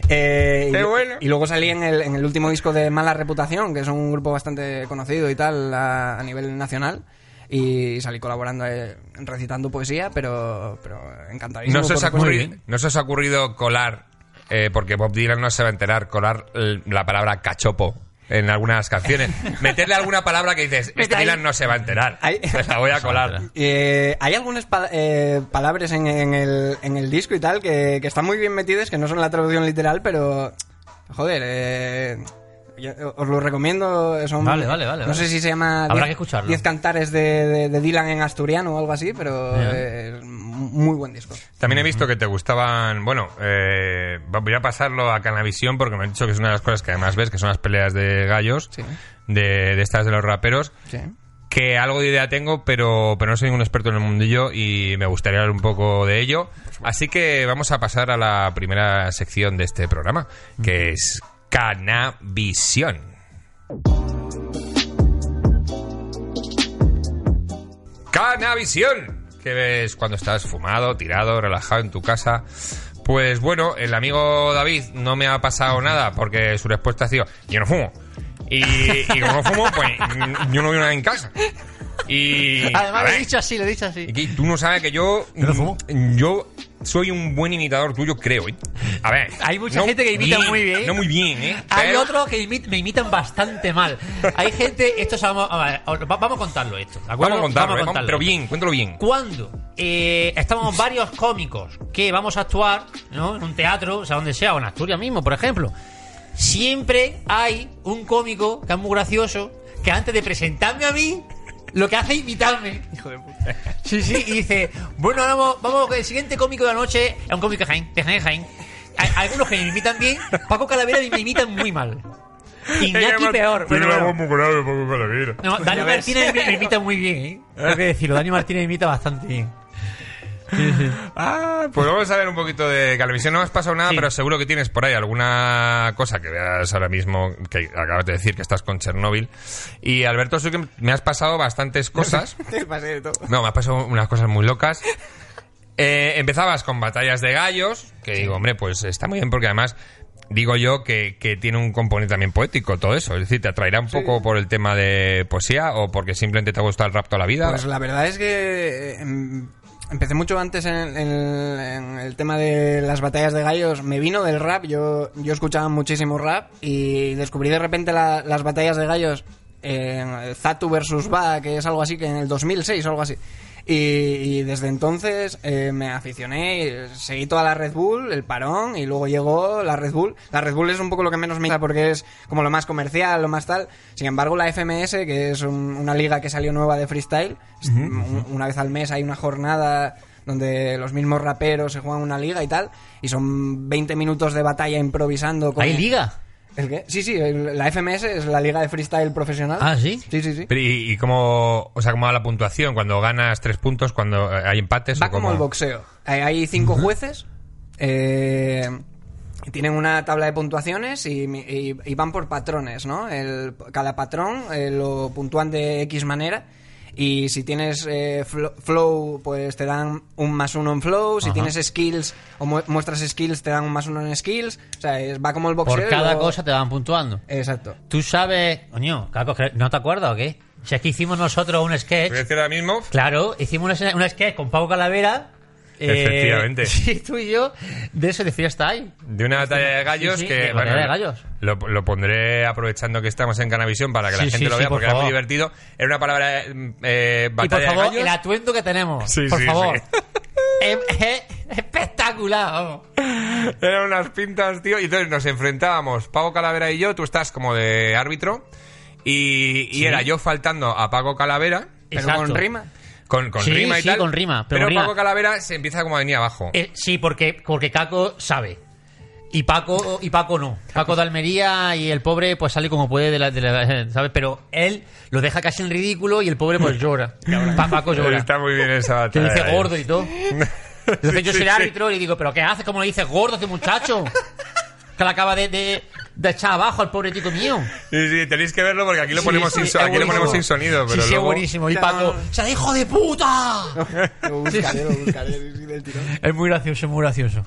Eh, y,
Qué bueno.
y luego salí en el, en el último disco de Mala Reputación, que es un grupo bastante conocido y tal a, a nivel nacional. Y salí colaborando, eh, recitando poesía, pero, pero encantadísimo.
¿No se,
por
os ha
supuesto.
ocurrido, ¿No se os ha ocurrido colar, eh, porque Bob Dylan no se va a enterar, colar eh, la palabra cachopo en algunas canciones? Meterle alguna palabra que dices, este
ahí.
Dylan no se va a enterar.
Ahí.
Pues la voy a colar.
Eh, hay algunas pa- eh, palabras en, en el, en el disco y tal que, que están muy bien metidas, que no son la traducción literal, pero. Joder, eh, yo- os lo recomiendo. Son,
Vale, vale, vale,
No
vale.
sé si se llama.
Habrá
Diez-
que escucharlo.
Diez cantares de, de- de Dylan en asturiano o algo así, pero
Ya.
eh, es muy buen disco.
También he visto que te gustaban. Bueno, eh, voy a pasarlo a Canavisión porque me han dicho que es una de las cosas que además ves, que son las peleas de gallos,
Sí.
de, de estas de los raperos.
Sí.
Que algo de idea tengo, pero, pero no soy ningún experto en el mundillo y me gustaría hablar un poco de ello. Así que vamos a pasar a la primera sección de este programa, que es Canavisión. Canavisión, que ves cuando estás fumado, tirado, relajado en tu casa. Pues bueno, el amigo David no me ha pasado nada porque su respuesta ha sido, yo no fumo. Y, y como no fumo, pues mm, yo no veo nada en casa. Y... a
Además, lo
ver,
he dicho así, lo he dicho así.
y que tú no sabes que yo...
Yo no fumo.
mm, Yo soy un buen imitador tuyo, creo, ¿eh? A ver...
Hay mucha gente que imita muy bien.
No muy bien, ¿eh?
Hay
Pero-
otros que imi- me imitan bastante mal. Hay gente, esto es- vamos, a ver, os- va- vamos a contarlo esto, ¿de acuerdo?
Vamos a contarlo, ¿eh?
Vamos a
pero bien, cuéntalo bien.
cuando eh, estamos varios cómicos que vamos a actuar ¿no? en un teatro, o sea, donde sea, o en Asturias mismo, por ejemplo, siempre hay un cómico que es muy gracioso que antes de presentarme a mí, lo que hace es imitarme. Hijo de puta. Sí, sí, y dice, bueno, ahora vamos, vamos con el siguiente cómico de la noche, es un cómico de Jaén, de Jaén, de Jaén. Hay- algunos que me imitan bien, Paco Calavera me imitan muy mal. Iñaki peor. Bueno, bueno.
muy grave, poco para ver.
No, Dani Martínez me, me imita muy bien, ¿eh? Tengo que decirlo, Dani Martínez me imita bastante bien.
Ah, pues vamos a ver un poquito de Calavisión. No has pasado nada,
Sí.
pero seguro que tienes por ahí alguna cosa que veas ahora mismo, que acabas de decir que estás con Chernóbil. Y Alberto, sí que me has pasado bastantes cosas.
Te pasé de todo.
No, me has pasado unas cosas muy locas. Eh, empezabas con batallas de gallos, que digo, hombre, pues está muy bien porque además digo yo que, que tiene un componente también poético todo eso. Es decir, te atraerá un poco por el tema de poesía o porque simplemente te ha gustado el rap toda la vida.
Pues la verdad es que eh, em, empecé mucho antes en, en- en el tema de las batallas de gallos. Me vino del rap, yo, yo escuchaba muchísimo rap y descubrí de repente la- las batallas de gallos en Zatu versus Ba, que es algo así que en el 2006 o algo así. Y, y desde entonces eh, me aficioné, y seguí toda la Red Bull, el parón, y luego llegó la Red Bull. La Red Bull es un poco lo que menos me gusta porque es como lo más comercial, lo más tal. Sin embargo, la FMS, que es un- una liga que salió nueva de freestyle, es un- una vez al mes hay una jornada donde los mismos raperos se juegan una liga y tal, y son 20 minutos de batalla improvisando. Con
¿Hay liga?
¿El qué? Sí, sí, el- la FMS es la liga de freestyle profesional.
Ah, ¿sí?
Sí, sí, sí.
Pero, ¿Y, y cómo, o sea, cómo va la puntuación? ¿Cuando ganas tres puntos? ¿Cuando eh, hay empates?
Va
o
como
cómo?
el boxeo. Hay, hay cinco jueces. eh, tienen una tabla de puntuaciones y, y- y van por patrones, ¿no? El- cada patrón eh, lo puntúan de X manera. Y si tienes eh, flo- flow, pues te dan un más uno en flow. Si tienes skills o mu- muestras skills, te dan un más uno en skills. O sea, es- va como el boxeo.
Por
y
cada
luego-
cosa te van puntuando.
Exacto.
Tú sabes. Coño, Caco, ¿cre- ¿no te acuerdas o qué? Si es que hicimos nosotros un sketch.
Voy a decir ahora mismo.
Claro, hicimos una, una sketch con Pau Calavera. eh,
Efectivamente.
Sí, tú y yo, de eso de fiesta hay.
De una batalla de gallos
Sí, sí,
que.
de batalla de gallos.
Lo, lo pondré aprovechando que estamos en Canavisión para que la
Sí,
gente
sí,
lo
sí,
vea
por
porque era muy
favor.
divertido. Era una palabra. eh, eh,
Y por
batalla de
favor,
gallos.
el atuendo que tenemos.
Sí,
por
sí,
favor.
sí.
Es, es espectacular, vamos.
Eran unas pintas, tío. Y entonces nos enfrentábamos, Pago Calavera y yo. Tú estás como de árbitro. Y, y era yo faltando a Pago Calavera.
Pero
Exacto.
con rima.
Con, con
Sí,
rima y
sí,
tal.
con rima, pero
Pero,
rima.
Paco Calavera se empieza como a venir abajo.
Eh, sí, porque, porque Caco sabe. Y Paco, y Paco no. Paco de Almería y el pobre pues sale como puede de la, de la- ¿sabes? Pero él lo deja casi en ridículo y el pobre pues llora. Pa- Paco llora.
Está muy bien esa
Te
batalla.
dice gordo y todo. Entonces
Sí,
yo
sí,
soy el
sí.
árbitro y le digo, ¿pero qué haces? ¿Cómo le dices gordo a este muchacho? Que le acaba de, de, de echar abajo al pobre tico mío.
Sí, sí, tenéis que verlo porque aquí lo
Sí,
ponemos,
sí,
sin, so-
es
aquí lo ponemos sin
buenísimo.
sonido.
sí,
Pero
sí, es
luego...
buenísimo. Y Paco, ¡se hijo de puta!
Lo buscaré, lo buscaré sí, del tirón.
Es muy gracioso, es muy gracioso.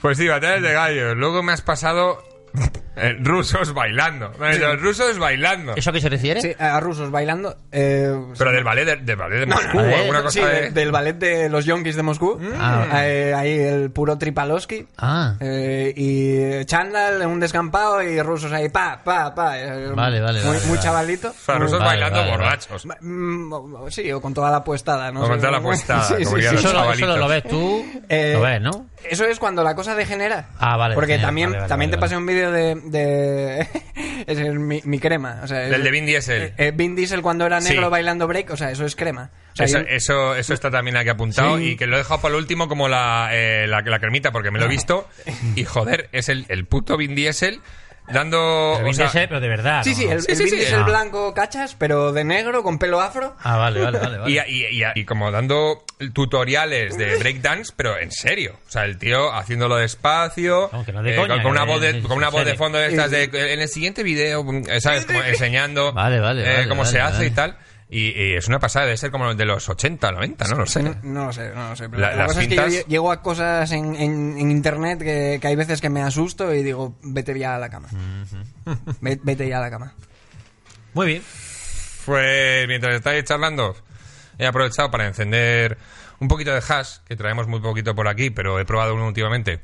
Pues sí, batallas de gallos. Luego me has pasado eh, rusos bailando. Vale, Los rusos bailando.
¿Eso a qué se refiere?
Sí, a rusos bailando. eh,
Pero del ballet de, del ballet de Moscú
no,
o
eh,
alguna cosa
sí,
de...
de- del ballet de los yonkis de Moscú.
Mm.
Ah.
Eh, ahí el puro Tripalowski.
Ah,
Eh, y chándal en un descampado y rusos ahí, pa, pa, pa. Eh,
Vale, vale,
Muy,
vale,
muy
vale.
chavalito.
O sea, rusos
Vale,
bailando
vale, vale.
borrachos.
Muy- mm, o- o- sí, o con toda la puestada, ¿no?
O con
Sí,
toda la
sí,
puestada,
sí,
como
sí,
diría
sí.
los
eso, lo, eso
chavalitos.
lo- lo ves tú.
Eh,
lo ves, ¿no?
Eso es cuando la cosa degenera.
Ah, vale,
Porque
degenera,
también,
vale, vale,
también
vale,
te pasé un vídeo de. de ese es mi, mi crema. O sea, es-
Del de Vin Diesel.
eh, eh, Vin Diesel cuando era
Sí.
negro bailando break, o sea, eso es crema. O sea,
Eso,
yo-
eso, eso está también aquí apuntado y que lo he dejado para el último como la, eh, la, la cremita porque
Ah.
me lo he visto y joder, es el, el puto Vin Diesel dando...
Pero
o
bien
sea,
que sé, pero de verdad.
Sí,
¿no?
sí, el,
Sí,
el
sí,
Vin
sí.
Diesel
Ah.
blanco cachas, pero de negro con pelo afro.
Ah, vale, vale, vale. vale.
Y, y- y- y como dando tutoriales de breakdance, pero en serio. O sea, el tío haciéndolo despacio.
Vamos, que no de
eh,
coña,
con, con una
que
voz de,
es
con una voz de
serio.
fondo de estas de. En el siguiente video, eh, ¿sabes? Como enseñando
Vale, vale,
eh,
vale,
cómo
vale,
se hace
vale.
y tal. Y, y es una pasada, debe ser como de los 80, 90, no lo sé.
No, no lo sé, no lo sé. Pero
La-
la,
las
cosa es que
cintas-
yo lle- llego a cosas en, en- en internet que, que hay veces que me asusto y digo, vete ya a la cama. Ve- Vete ya a la cama.
Muy bien.
Pues mientras estáis charlando, he aprovechado para encender un poquito de hash, que traemos muy poquito por aquí, pero he probado uno últimamente,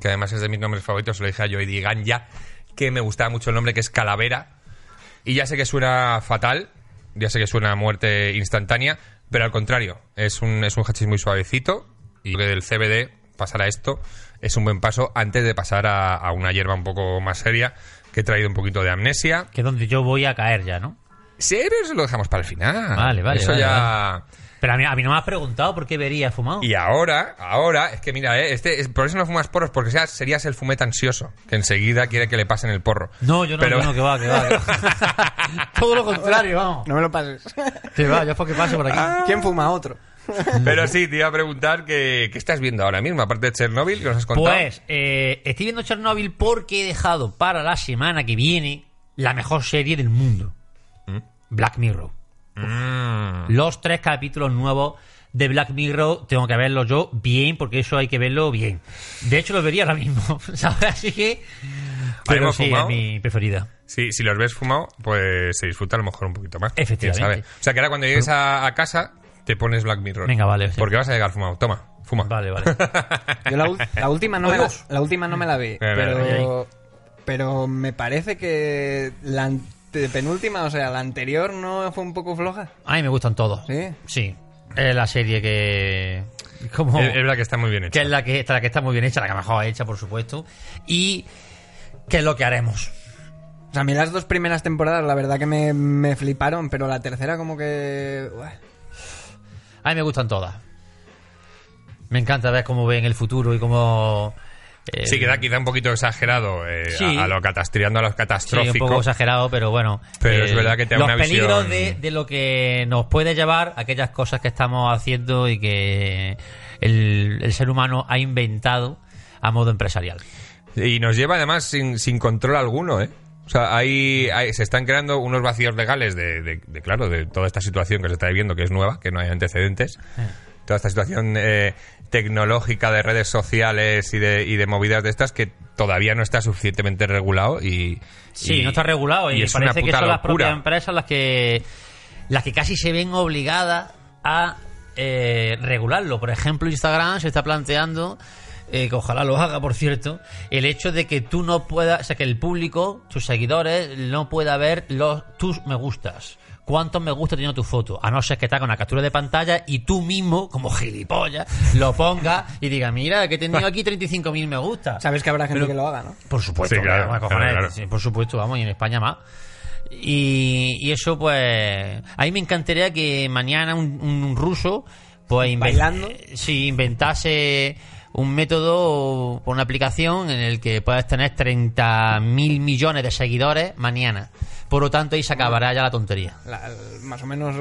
que además es de mis nombres favoritos, se lo dije a Joey Digan ya, que me gustaba mucho el nombre, que es Calavera. Y ya sé que suena fatal, ya sé que suena a muerte instantánea, pero al contrario, es un, es un hachís muy suavecito y creo que del CBD pasar a esto es un buen paso antes de pasar a, a una hierba un poco más seria, que he traído un poquito de amnesia.
Que es donde yo voy a caer ya, ¿no?
Sí, pero eso lo dejamos para el final.
Vale, vale,
Eso
vale,
ya.
Pero a mí, a mí no me has preguntado por qué vería fumado.
Y ahora, ahora, es que mira, eh, este, es- por eso no fumas porros, porque sea- serías el fumeta ansioso, que enseguida quiere que le pasen el porro.
No, yo no,
Pero-
yo no, que va, que va. que va. Todo lo contrario, vamos.
No me lo pases. Ah.
Que va, yo es porque paso por aquí.
¿Quién fuma otro?
Pero sí, te iba a preguntar que, qué estás viendo ahora mismo, aparte de Chernobyl, que nos has contado.
Pues, eh, estoy viendo Chernobyl porque he dejado para la semana que viene la mejor serie del mundo. Black Mirror.
Mm.
Los tres capítulos nuevos de Black Mirror tengo que verlos yo bien porque eso hay que verlo bien. De hecho, lo vería ahora mismo, ¿sabes? Así que... Pero
¿Habremos
sí,
fumado?
es mi preferida.
Sí, si los ves fumado, pues se disfruta a lo mejor un poquito más.
Efectivamente.
Quién sabe. O sea, que ahora cuando llegues a, a casa, te pones Black Mirror.
Venga, vale, sí.
Porque vas a llegar fumado. Toma, fuma.
Vale, vale.
Yo la, ul- la última no me la, la última no me la vi,
Mira, mira,
pero, pero me parece que la penúltima, o sea, la anterior no fue un poco floja.
A mí me gustan todos.
¿Sí?
Sí. Es la serie que... Como...
Es es la que está muy bien hecha.
que es la que, esta, la que está muy bien hecha, la que mejor hecha, por supuesto, y que es lo que haremos.
O sea, a mí las dos primeras temporadas la verdad que me, me fliparon, pero la tercera como que... buah.
A mí me gustan todas. Me encanta ver cómo ven el futuro y cómo... eh,
Sí, queda quizá un poquito exagerado eh,
Sí.
a, a lo catastriando a los
sí, un poco
catastróficos.
exagerado, pero bueno. eh,
Pero es verdad que te da
Los
una visión-
peligros de, de lo que nos puede llevar, aquellas cosas que estamos haciendo y que el, el ser humano ha inventado a modo empresarial.
Y nos lleva además sin, sin control alguno, ¿eh? O sea, ahí, ahí se están creando unos vacíos legales de, de- de, claro, de toda esta situación que se está viviendo, que es nueva, que no hay antecedentes. Toda esta situación eh, tecnológica de redes sociales y de, y de movidas de estas que todavía no está suficientemente regulado y...
Sí,
y-
no está regulado y,
es una
parece que
puta
son las
locura.
propias empresas las que las que casi se ven obligadas a eh, regularlo. Por ejemplo, Instagram se está planteando eh, que ojalá lo haga, por cierto, el hecho de que tú no puedas, o sea, que el público, tus seguidores, no pueda ver los tus me gustas. ¿Cuántos me gusta tiene tu foto? A no ser que te haga una captura de pantalla y tú mismo, como gilipollas, lo pongas y diga, mira, que he tenido aquí 35.000 me gustas.
Sabes que habrá gente
Pero-
que lo haga, ¿no?
por supuesto,
Sí, claro,
vamos a
claro,
cojones,
claro.
sí, por supuesto, vamos, y en España más. Y, y eso, pues. A mí me encantaría que mañana un, un ruso, pues. inven-
Bailando.
eh, Sí, inventase un método o una aplicación en el que puedas tener 30.000 millones de seguidores mañana. Por lo tanto, ahí se acabará ya la tontería.
La- más o menos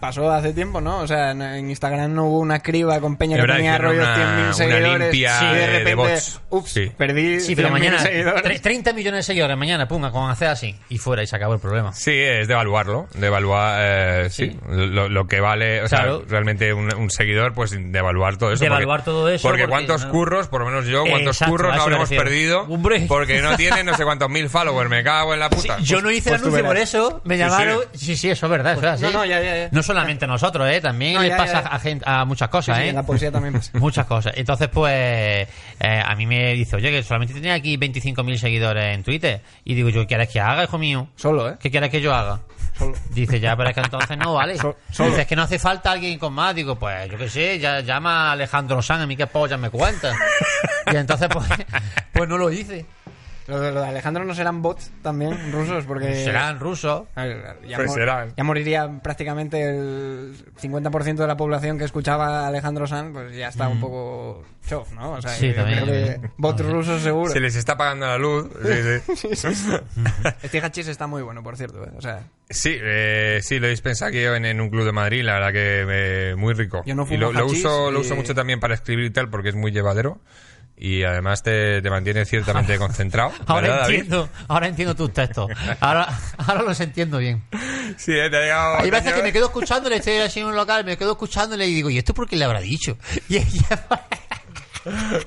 pasó hace tiempo, ¿no? O sea, en- en Instagram no hubo una criba con
Es
Peña que
verdad,
tenía
hicieron
rollo
una-
100.000
una
seguidores.
limpia
y
de- de
de repente,
bots.
ups,
Sí.
perdí
Sí, pero
100.000
mañana.
seguidores.
tre- 30 millones de seguidores mañana, punga, con hacer así. Y fuera, y se acabó el problema.
Sí, es de evaluarlo, de evaluar, eh, sí,
Sí.
Lo, lo que vale, o
Claro.
sea, realmente un, un seguidor, pues de evaluar todo eso.
De evaluar todo eso,
Porque,
porque,
cuántos
no.
curros, por lo menos yo, cuántos
Exacto,
curros
a
no
eso me
habremos
refiero.
perdido,
Hombre.
porque no tiene no sé cuántos mil followers, me cago en la puta.
Yo no hice el
pues tú
anuncio por
verás. Pues,
eso, me
Sí,
llamaron.
sí.
Sí, sí, eso es verdad. eso es
no,
así.
no, ya, ya, ya.
No solamente a nosotros, ¿eh? también
No,
le
ya,
pasa
ya, ya.
A, gente- a muchas
Sí,
cosas.
sí,
¿eh?
en la poesía también pasa.
Muchas cosas. Entonces, pues, eh, a mí me dice, oye, que solamente tenía aquí 25.000 seguidores en Twitter. Y digo, yo, ¿qué quieres que haga, hijo mío?
Solo, ¿eh?
¿Qué quieres que yo haga?
Solo.
Dice, ya, pero es que entonces no vale.
So- solo.
Dices que no hace falta alguien con más. Digo, pues yo qué sé, ya llama a Alejandro San, a mí qué pollas me cuenta. y entonces, pues, pues no lo hice.
Lo de, lo de Alejandro no serán bots también, rusos, porque...
Serán rusos.
A ver, Ya,
Pues
mor-
serán.
ya moriría prácticamente el 50% de la población que escuchaba a Alejandro Sanz, pues ya está un poco chof, ¿no? O sea,
Mm. Sí,
yo
también,
creo que
también.
bots
No sé.
rusos seguro.
Se les está pagando la luz. Sí, sí.
Este hachís está muy bueno, por cierto. ¿eh? O sea,
Sí, eh, sí, lo dispensa aquí en, en un club de Madrid, la verdad que eh, muy rico.
Yo no
y lo,
fumo
lo
hachís
uso, lo
y-
uso mucho también para escribir y tal, porque es muy llevadero. Y además te, te mantiene ciertamente concentrado. ¿verdad,
Ahora
David?
entiendo, ahora entiendo tus textos. Ahora, ahora los entiendo bien.
Sí, eh, te ha llegado.
Hay
te ha
veces que
llegado-
me quedo escuchándole, estoy así en un local, me quedo escuchándole y digo, ¿y esto por qué le habrá dicho? Y ella-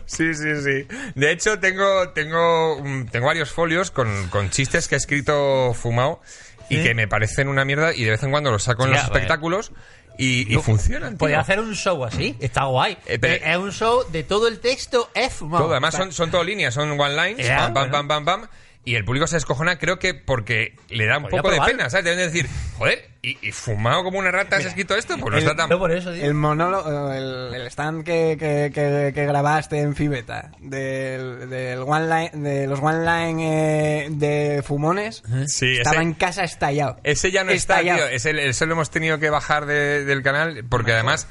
Sí, sí, sí. De hecho, tengo, tengo, mm, tengo varios folios con, con chistes que he escrito fumado y que me parecen una mierda y de vez en cuando los saco en
Ya,
los
vale.
espectáculos y, y funcionan. tío.
Podría hacer un show así, está guay.
Eh, pero-
Eh, es un show de todo el texto es fumado.
Todo, además son, son todo líneas, son one lines,
Ya,
pam, pam,
bueno.
pam, pam, pam. Y el público se descojona, creo que porque le da un
Podría
poco de
probar.
pena, ¿sabes? Deben de decir, joder, y, y fumado como una rata has escrito esto, pues no está tan.
Yo por eso, tío.
el monólogo, el, el stand que, que- que- que grabaste en Fibeta, del, del one line, de los one line eh, de fumones,
Sí,
estaba
ese-
en casa estallado.
Ese ya no está,
Estallado.
tío. Ese, ese lo hemos tenido que bajar de- del canal porque además,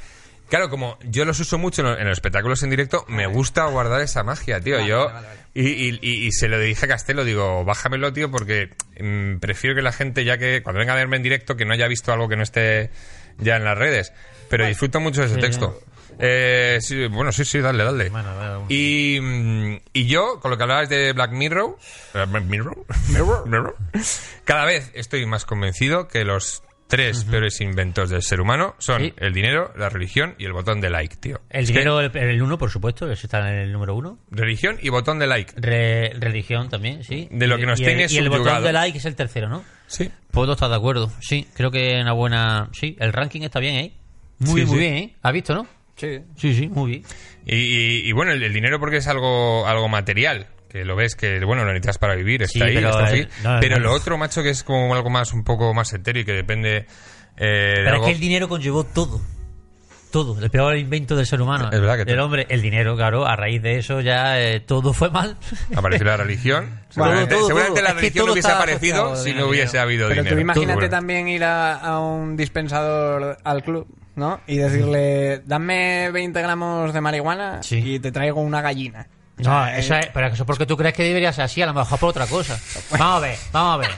claro, como yo los uso mucho en los, en los espectáculos en directo, me gusta guardar esa magia, tío.
Vale,
yo
vale, vale, vale.
Y, y- y- y se lo dije a Castelo, digo, bájamelo, tío, porque mm, prefiero que la gente, ya que cuando venga a verme en directo, que no haya visto algo que no esté ya en las redes. Pero disfruto mucho de ese texto. Eh, sí, bueno, sí, sí, dale, dale.
Bueno, bueno.
Y, mm, y yo, con lo que hablabas de Black Mirror, eh, Black Mirror, Mirror, cada vez estoy más convencido que los tres peores inventos del ser humano son
Sí.
el dinero, la religión y el botón de like, tío.
El
Es que
dinero, el, el uno, por supuesto, eso está en el número uno.
religión y botón de like.
Re- religión también, sí.
De lo que nos
Y el-
tiene
Y el botón
subyugado.
de like es el tercero, ¿no?
Sí.
Puedo estar de acuerdo, sí. Creo que una buena... Sí, el ranking está bien, ¿eh? Muy,
Sí,
muy
sí.
bien, ¿eh? ¿Has visto, no?
Sí.
Sí, sí, muy bien.
Y, y- y bueno, el, el dinero porque es algo, algo material. Que lo ves que, bueno, lo necesitas para vivir,
Sí,
está ahí,
pero
está
el-
así.
no,
pero
no.
lo otro, macho, que es como algo más, un poco más etéreo y que depende eh, de
Pero
algo-
es que el dinero conllevó todo. Todo, el peor invento del ser humano.
Es verdad que
El
todo.
hombre, el dinero, claro, a raíz de eso ya eh, todo fue mal.
Apareció la religión. Seguramente,
todo,
seguramente
todo.
la
Es que
religión
todo
no hubiese
está
aparecido
asociado
si
al
no hubiese
dinero.
habido
Pero
dinero.
tú imagínate
Seguro.
también ir a, a un dispensador al club, ¿no? Y decirle, dame 20 gramos de marihuana
Sí.
y te traigo una gallina.
No, eso es, pero eso es porque tú crees que debería ser así, a lo mejor por otra cosa. Vamos a ver, vamos a ver.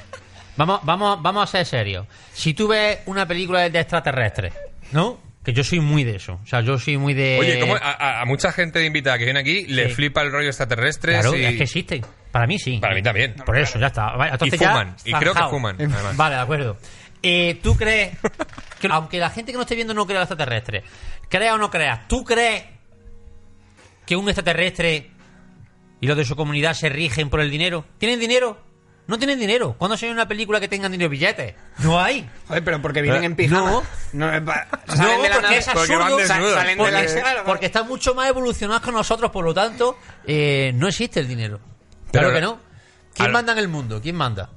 Vamos, vamos, vamos a ser serios. Si tú ves una película de extraterrestres, ¿no? Que yo soy muy de eso. O sea, yo soy muy de.
Oye, ¿cómo a, a- a mucha gente invitada que viene aquí le
sí.
flipa el rollo extraterrestre.
Claro,
y-
es que existen. Para mí sí.
Para mí también.
Por eso, ya está. Vale, entonces
Y
ya
fuman, y creo que
zanjado.
fuman, además.
Vale, de acuerdo. Eh, ¿Tú crees que, aunque la gente que no esté viendo no crea en los extraterrestres, crea o no crea, ¿tú crees que un extraterrestre y los de su comunidad se rigen por el dinero? ¿Tienen dinero? No tienen dinero. ¿Cuándo se ve una película que tengan dinero y billetes? No hay.
Joder, pero porque vienen
Eh,
en pijama.
no.
No, eh, pa-
No,
salen de la
porque
nave.
es
porque van
absurdo.
desnudos.
Salen de
Porque,
la nave.
porque están mucho más evolucionados que nosotros, por lo tanto, eh, no existe el dinero. Claro
Pero-
que no. ¿Quién
al-
manda en el mundo? ¿Quién manda?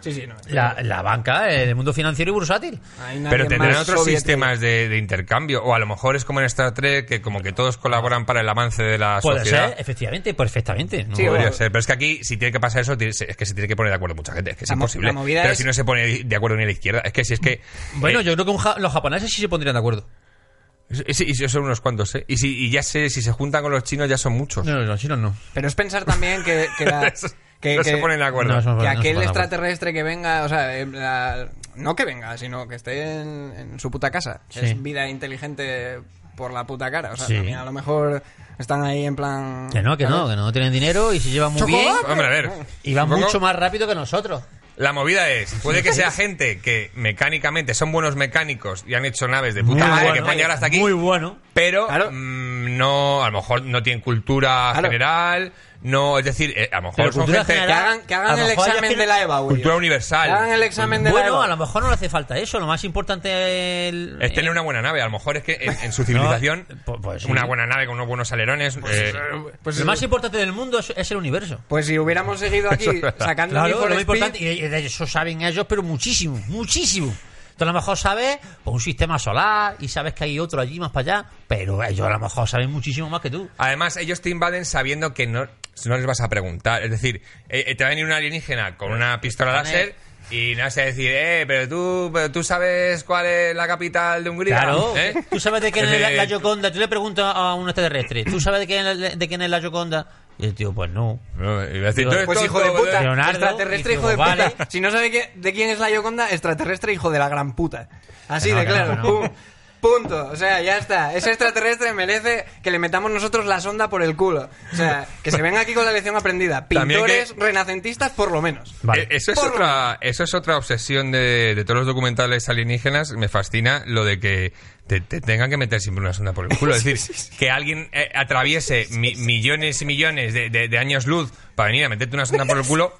Sí, sí, no.
La, la banca, eh, el mundo financiero y bursátil.
Hay nadie
Pero tendrán
más
otros
soviético.
sistemas de, de intercambio. O a lo mejor es como en Star Trek, que como que todos colaboran para el avance de la
Puede
sociedad.
ser, efectivamente, perfectamente. ¿no?
Sí,
Podría
bueno.
ser, pero es que aquí, si tiene que pasar eso, tiene- es que se tiene que poner de acuerdo mucha gente, es que es
La mo-
imposible.
la movida
pero
es-
si no se pone de acuerdo ni la izquierda, es que si es que.
Bueno,
eh,
yo creo que un ja- los japoneses sí se pondrían de acuerdo.
y si- y si son unos cuantos, ¿eh? Y, si, y ya sé, si se juntan con los chinos, ya son muchos.
No, no, los chinos no.
Pero es pensar también que, que, la- que-
no
que-
se ponen de acuerdo.
No, eso- no
que
se
aquel
ponen de acuerdo.
extraterrestre que venga, o sea, eh, la- no que venga, sino que esté en, en su puta casa.
Sí.
Es vida inteligente por la puta cara. O sea,
Sí.
también a lo mejor están ahí en plan.
Que no, que no, que no tienen dinero y se llevan muy bien.
Hombre, a ver.
Y van
un poco-
mucho más rápido que nosotros.
La movida es, puede que sea gente que mecánicamente son buenos mecánicos y han hecho naves de puta
Muy
madre que
bueno. eh,
pueden llegar hasta aquí.
Muy bueno.
Pero
Claro.
mm, no, a lo mejor no tienen cultura
Claro.
general, no, es decir, eh, a lo
Pero
mejor son
cultura
gente
Que hagan, que hagan
A lo
el
mejor hay
examen
gente-
de la EVA, güey.
cultura
Que hagan el
universal.
examen de la
Bueno,
EVA.
a lo mejor no le hace falta eso. Lo más importante es, el-
Es tener una buena nave, a lo mejor es que en, en su civilización
pues- pues sí.
una buena nave con unos buenos alerones eh,
Pues,
lo más importante del mundo es, es el universo.
pues si hubiéramos seguido aquí
Eso es verdad.
sacando
Claro,
Need for
lo más
Speed,
importante, y de de eso saben ellos, pero muchísimo, muchísimo. Tú a lo mejor sabes pues, un sistema solar y sabes que hay otro allí más para allá, pero ellos a lo mejor saben muchísimo más que tú.
Además, ellos te invaden sabiendo que no, no les vas a preguntar. Es decir, eh, eh, te va a venir un alienígena con una
Pues,
pistola láser y no vas a decir, eh, pero tú, pero tú sabes cuál es la capital de Hungría.
Claro,
¿eh?
tú sabes de quién
Es
es la,
decir,
la Yoconda, tú le preguntas a un extraterrestre, tú sabes de quién, es- de quién es la Yoconda, y el tío, pues no.
no, iba a decir,
Digo,
tú eres
Pues hijo de
tonto,
puta,
Leonardo,
extraterrestre
y
hijo de
digo, vale.
puta. Si no sabe qué- de quién es la Yoconda, extraterrestre hijo de la gran puta. Así
Que no,
de
que no,
claro.
que no.
pum, Punto. O sea, ya está. Ese extraterrestre merece que le metamos nosotros la sonda por el culo. O sea, que se venga aquí con la lección aprendida.
También que-
Pintores renacentistas, por lo menos.
Vale.
Eh, Eso es,
Por-
otra, eso es otra obsesión de, de todos los documentales alienígenas. Me fascina lo de que te, te tengan que meter siempre una sonda por el culo. Es decir, que alguien eh, atraviese mi- millones y millones de, de- de años luz para venir a meterte una sonda por el culo.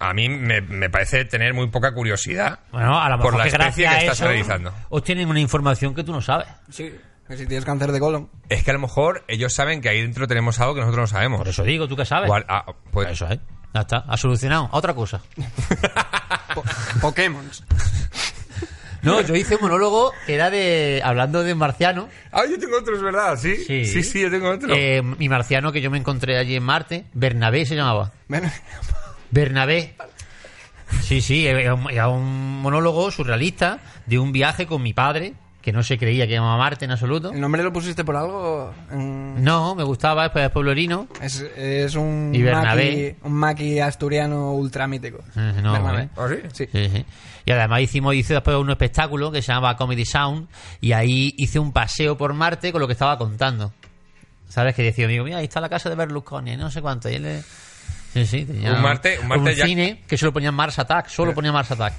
A mí me, me parece tener muy poca curiosidad
Bueno, a lo mejor
por la
que
especie
gracias
que
a
estás
eso
realizando.
obtienen una información que tú no sabes.
Sí. Que si tienes cáncer de colon.
Es que a lo mejor ellos saben que ahí dentro tenemos algo que nosotros no sabemos.
Por eso digo, ¿tú qué sabes?
Igual, ah, pues-
Eso es. Ya está, ha solucionado. Otra cosa.
Po- Pokémon.
No, yo hice un monólogo que era de. hablando de marciano.
Ah, yo tengo otros, ¿verdad? Sí, sí, sí, yo tengo otro.
Eh, mi marciano que yo me encontré allí en Marte, Bernabé se llamaba.
Bueno,
Bernabé. Sí, sí, era un- era un monólogo surrealista de un viaje con mi padre, que no se creía que llamaba Marte en absoluto.
Mm.
¿El nombre lo pusiste por algo? Mm,
No, me gustaba, pues, después es pueblerino.
Es, es un,
Y Bernabé.
maqui, un maqui asturiano ultramítico.
Eh, no,
Bernabé.
eh.
¿Ah, sí?
Sí.
Sí, sí. Y además hicimos, hice después un espectáculo que se llamaba Comedy Sound y ahí hice un paseo por Marte con lo que estaba contando. ¿Sabes? Que decía, amigo, mira, ahí está la casa de Berlusconi, no sé cuánto. Y él, eh, sí, sí, tenía
Un Marte- un Marte ya-
cine que solo ponía Mars Attack, solo ponía Mars Attack.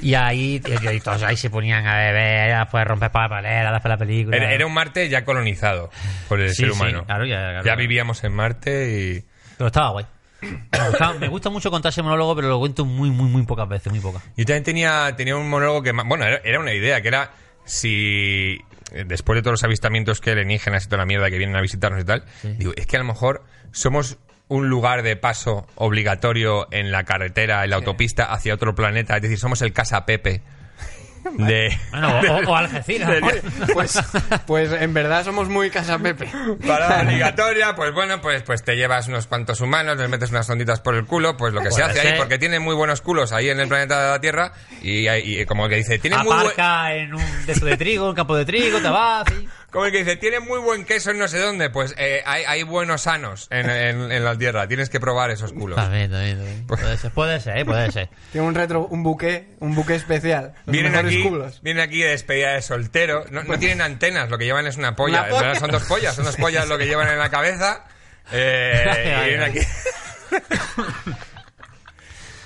Y ahí, y ahí todos ahí se ponían a beber, después romper papeleras, después la película.
Era, era un Marte ya colonizado por el
Sí, sí,
ser humano.
claro, ya- claro.
Ya vivíamos en Marte y.
Pero estaba guay. Me gustaba- me gusta mucho contar ese monólogo, pero lo cuento muy, muy, muy pocas veces, muy pocas.
Yo también tenía, tenía un monólogo que. ma- Bueno, era, era una idea, que era si. eh, Después de todos los avistamientos que alienígenas y toda la mierda que vienen a visitarnos y tal, digo, es que a lo mejor somos un lugar de paso obligatorio en la carretera, en la autopista hacia otro planeta. Es decir, somos el Casa Pepe. De,
Bueno, o, o- o Algeciras.
Pues, pues en verdad somos muy casa Pepe.
Parada obligatoria, pues bueno, pues, pues te llevas unos cuantos humanos, les metes unas sonditas por el culo, pues lo que se
Pues
hace
ese-
ahí, porque tienen muy buenos culos ahí en el planeta de la Tierra, y, hay- y como que dice, tienen muy buen...
aparca en un de, esto de trigo, un campo de trigo, te vas. y-
Como el que dice, tiene muy buen queso en no sé dónde. Pues eh, hay, hay buenos sanos en, en- en la tierra. Tienes que probar esos culos.
También, también, también. Puede ser, puede ser, ¿eh? puede ser.
Tiene un retro, un buque, un buque especial. Los
Vienen
mejores
aquí,
culos.
vienen aquí de despedida de soltero. No, no tienen antenas, lo que llevan es una polla.
Una polla.
En verdad Son dos pollas, son dos pollas lo que llevan en la cabeza. Eh, y vienen aquí.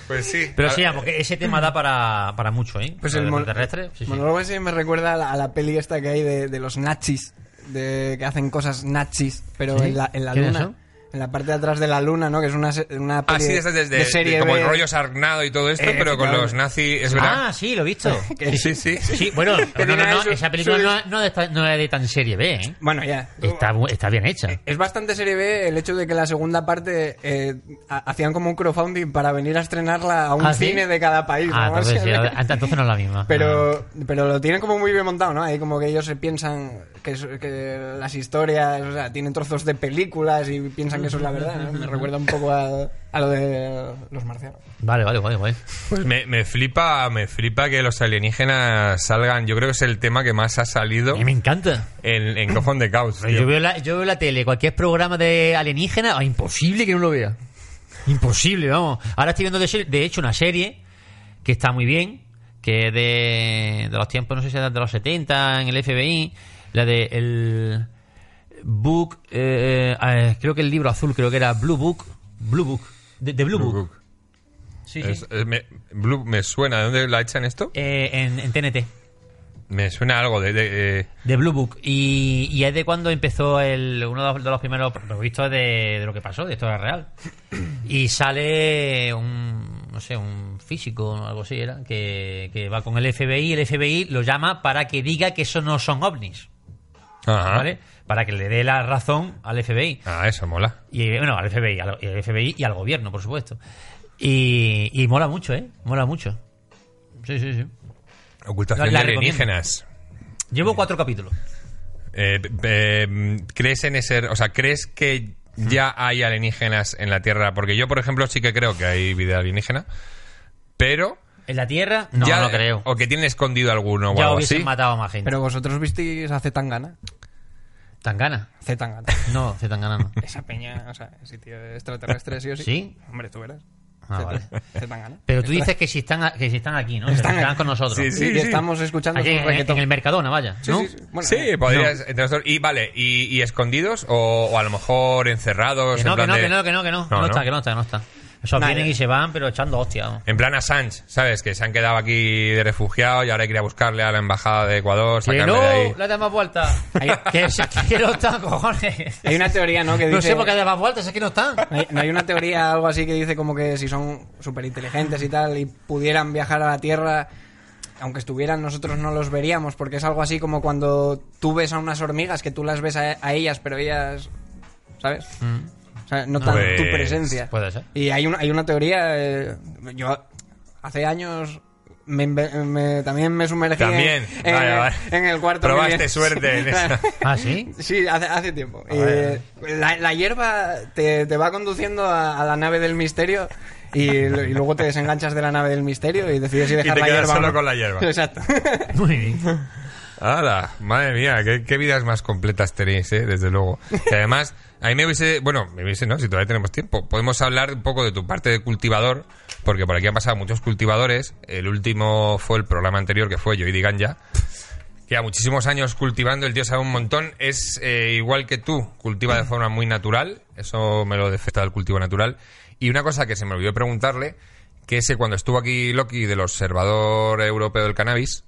pues sí.
Pero
A-
sí, ya, porque ese tema da para, para mucho, ¿eh?
Pues
Para
el mon-
terrestre. Sí, sí.
Monólogo ese me recuerda a la, a la peli esta que hay de, de los nazis, de que hacen cosas nazis, pero
¿Sí?
en la, en la
¿Qué es
luna.
eso?
en la parte de atrás de la luna, ¿no? Que es una, se- una peli
Así desde, desde
de serie
como el
B.
rollo sarnado y todo esto,
Eh,
pero con
claro.
los nazis, es verdad.
Ah, sí, lo he visto.
sí, sí.
Sí, bueno, pero no, no, no,
eso-
esa película no, no, está- no es de tan serie B, ¿eh?
Bueno, ya.
Está, bu- está bien hecha.
Es bastante serie B el hecho de que la segunda parte eh, ha- hacían como un crowdfunding para venir a estrenarla a un
¿Ah, sí?
cine de cada país.
Ah,
¿no? O sea,
entonces, sí,
que-
ah, entonces no es la misma. Ah.
Pero, pero lo tienen como muy bien montado, ¿no? Ahí como que ellos se piensan que, es- que las historias, o sea, tienen trozos de películas y piensan que eso es la verdad, ¿no? Me recuerda un poco a, a lo de los marcianos.
Vale, vale, vale, vale.
Pues me, me flipa, me flipa que los alienígenas salgan. Yo creo que es el tema que más ha salido
A mí me encanta.
en, en Cofón de Couch.
Pero yo
tío.
veo, la, yo veo la tele, cualquier programa de alienígena, ah, imposible que no lo vea. Imposible, vamos. Ahora estoy viendo, de, se- de hecho, una serie que está muy bien, que es de, de los tiempos, no sé si era de los 70, en el FBI, la de el Book, eh, eh, creo que el libro azul, creo que era Blue Book, Blue Book, de, de Blue,
Blue
Book.
Book.
Sí, sí.
Es- es- me, Blue- me suena. ¿De dónde la echan esto?
Eh, en- en TNT.
Me suena algo de... de- eh,
De Blue Book. Y, y es de cuando empezó el, uno de los, de los primeros provistos de, de lo que pasó, de historia real. Y sale un, no sé, un físico o algo así, era, que, que va con el FBI. El FBI lo llama para que diga que eso no son ovnis,
ajá.
¿vale? Para que le dé la razón al FBI.
Ah, eso mola.
Y eh, bueno, al FBI, al, al FBI y al gobierno, por supuesto. Y, y mola mucho, ¿eh? Mola mucho. Sí, sí, sí.
Ocultación
La- la
de alienígenas.
Llevo cuatro capítulos.
Eh, p- eh, ¿Crees en ese... O sea, ¿crees que ya hay alienígenas en la Tierra? Porque yo, por ejemplo, sí que creo que hay vida alienígena. Pero...
¿En la Tierra? No,
ya-
no creo.
O que tienen escondido alguno o
Ya
algo
hubiesen
así.
matado a más gente.
Pero vosotros visteis a Zetangana.
¿Tangana?
Zetangana.
No, Zetangana no.
Esa peña, o sea, sitio extraterrestre, sí o sí.
¿Sí?
Hombre, tú verás.
Ah, vale.
Zetangana.
Pero tú dices que si están, a- que si están aquí, ¿no? Que
Están
Están,
aquí.
con nosotros.
Sí,
Sí, que estamos escuchando
Aquí
su
en,
reggaetón.
en el Mercadona, vaya.
Sí,
¿no?
sí, sí. Bueno, eh,
sí, podrías. entre nosotros- y vale, y, y escondidos o, o a lo mejor encerrados.
Que no,
en
que
plan
no,
de-
que no, que no, que no. No,
no.
está, que no está, que no está. Esos
Nah,
vienen
ya.
y se van, pero echando hostia. vamos.
En plan Assange, ¿sabes? Que se han quedado aquí de refugiados y ahora hay que ir a buscarle a la embajada de Ecuador,
Que
sacarle
no,
de ahí.
le das más vueltas. que, se- que no están, cojones.
Hay una teoría, ¿no? Que dice...
No sé por qué le das más vueltas, es que no están.
No hay, no hay una teoría, algo así, que dice como que si son súper inteligentes y tal, y pudieran viajar a la Tierra, aunque estuvieran, nosotros no los veríamos, porque es algo así como cuando tú ves a unas hormigas, que tú las ves a, a ellas, pero ellas. ¿Sabes? O sea, notan
Pues,
tu presencia.
puede ser.
Y hay, una- hay una teoría. eh, yo hace años. me inve- me- también me sumergí en-
También.
en,
Vale,
en-
vale.
en el cuarto
Probaste
milenio.
suerte en esa.
Ah, sí.
Sí, hace, hace tiempo.
A ver.
Eh, la, la hierba te, te va conduciendo a, a la nave del misterio y, l- y luego te desenganchas de la nave del misterio y decides si dejar
te
la
quedas
hierba. o
solo
no.
con la hierba.
Exacto.
Muy bien.
¡Hala! Madre mía, qué, qué vidas más completas tenéis, ¿eh? desde luego. Y además, a mí me hubiese, bueno, me hubiese, ¿no? Si todavía tenemos tiempo, podemos hablar un poco de tu parte de cultivador, porque por aquí han pasado muchos cultivadores. El último fue el programa anterior, que fue Yo y Digan Ya. Lleva muchísimos años cultivando, el tío sabe un montón. Es eh, igual que tú, cultiva de forma muy natural. Eso me lo defecta el cultivo natural. Y una cosa que se me olvidó preguntarle, que es que cuando estuvo aquí Loki del Observador Europeo del Cannabis,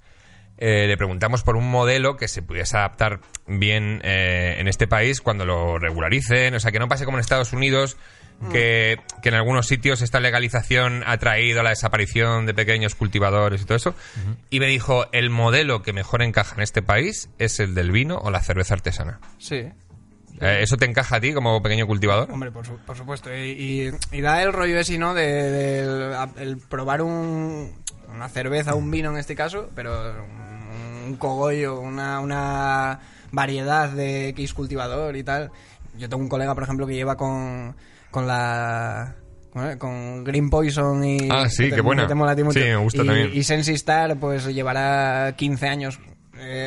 eh, le preguntamos por un modelo que se pudiese adaptar bien eh, en este país cuando lo regularicen, o sea, que no pase como en Estados Unidos, que, que en algunos sitios esta legalización ha traído a la desaparición de pequeños cultivadores y todo eso. Y me dijo, el modelo que mejor encaja en este país es el del vino o la cerveza artesana.
Sí.
Eh, ¿Eso te encaja a ti como pequeño cultivador?
Hombre, por, su- por supuesto. Y, y- y da el rollo ese, ¿no? De, del- a- el probar un, una cerveza, un vino en este caso, pero un cogollo, una, una variedad de X cultivador y tal. Yo tengo un colega, por ejemplo, que lleva con, con la... ¿cómo era? Con Green Poison y...
Ah, sí,
que te-
qué buena.
que te mola a ti mucho.
Sí, me gusta
y,
también.
Y Sensi Star, pues llevará 15 años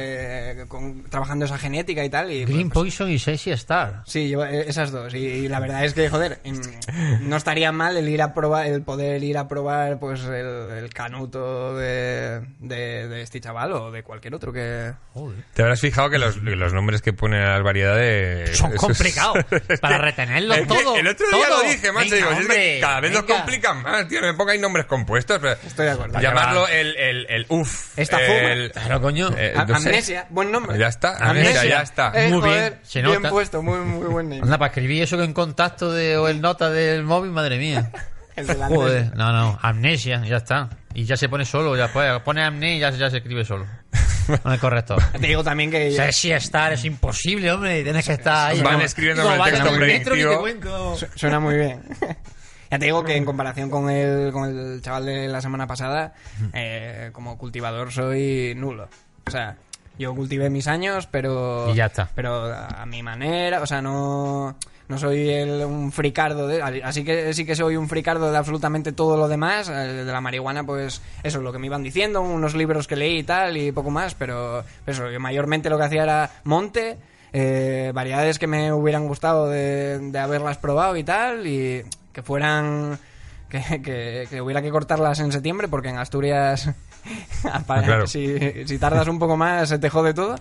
eh, con- trabajando esa genética y tal. Y,
Green
pues,
Poison y Sexy Star.
Sí, lleva eh, esas dos. Y, y la verdad es que, joder, mm, no estaría mal el ir a probar, el poder ir a probar, pues, el, el canuto de, de, de este chaval o de cualquier otro que.
Te habrás fijado que los, que los nombres que ponen a las variedades
Son
esos-
complicados. Para retenerlo
Es que
todo.
El otro día
todo.
lo dije, macho.
Venga,
digo, si es que
hombre,
cada vez los
venga.
complican más, tío. No me pongáis nombres compuestos. Pero
Estoy de acuerdo.
Llamarlo el, el, el uff.
Esta
el,
Claro, coño.
eh,
A-
no sé.
amnesia, buen nombre.
Ya está, amnesia,
Amnesia.
ya está.
Eh,
Muy bien,
joder,
se
bien
nota.
puesto, muy, muy buen nombre.
Anda, para escribir eso que en contacto de, o el nota del móvil, madre mía.
El del Andrés.
Joder, no, no, amnesia, ya está. Y ya se pone solo, ya puede- pone amnesia y ya, ya se escribe solo. No es correcto.
Te digo también que.
Sexy Star es imposible, hombre, tienes que estar ahí.
Van
como-
escribiendo
como
con el
vaya
texto
en metro, ni te
predictivo.
cuento.
Su- Suena muy bien. Ya te digo que en comparación con el, con el chaval de la semana pasada, eh, como cultivador soy nulo. O sea, yo cultivé mis años, pero...
Y ya está.
Pero a mi manera, o sea, no... No soy el- un fricardo de... Así que sí que soy un fricardo de absolutamente todo lo demás. eh, De la marihuana, pues eso es lo que me iban diciendo, unos libros que leí y tal, y poco más. Pero eso, yo mayormente lo que hacía era monte, eh, variedades que me hubieran gustado de, de haberlas probado y tal, y que fueran. Que, que- que hubiera que cortarlas en septiembre, porque en Asturias, para-
claro.
si, si tardas un poco más, se te jode todo.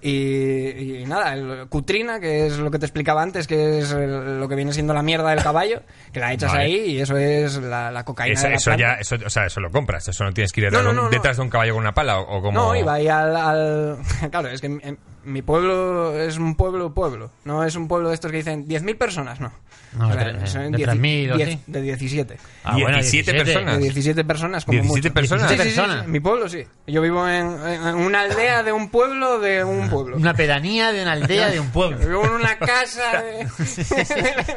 Y, y nada, el cutrina, que es lo que te explicaba antes, que es el- lo que viene siendo la mierda del caballo, que la echas
Vale.
ahí y eso es la, la cocaína.
Esa-
de la
eso ya,
planta.
eso, o sea, eso lo compras. Eso no tienes que ir
No,
detrás,
no, no, no.
detrás de un caballo con una pala o, o como.
No, iba ahí al, al- Claro, es que en- en mi pueblo es un pueblo pueblo. No es un pueblo de estos que dicen 10.000 personas, no.
No, de tre-
son
de
dieci-
3.000 o
diez-
así.
De 17.
Ah, bueno,
17 personas.
De 17 personas como
17
mucho.
personas.
Sí, sí, sí, sí,
personas.
mi pueblo sí. Yo vivo en, en una aldea de un pueblo de un pueblo.
Una pedanía de una aldea de un
Yo
pueblo.
Vivo en una casa de...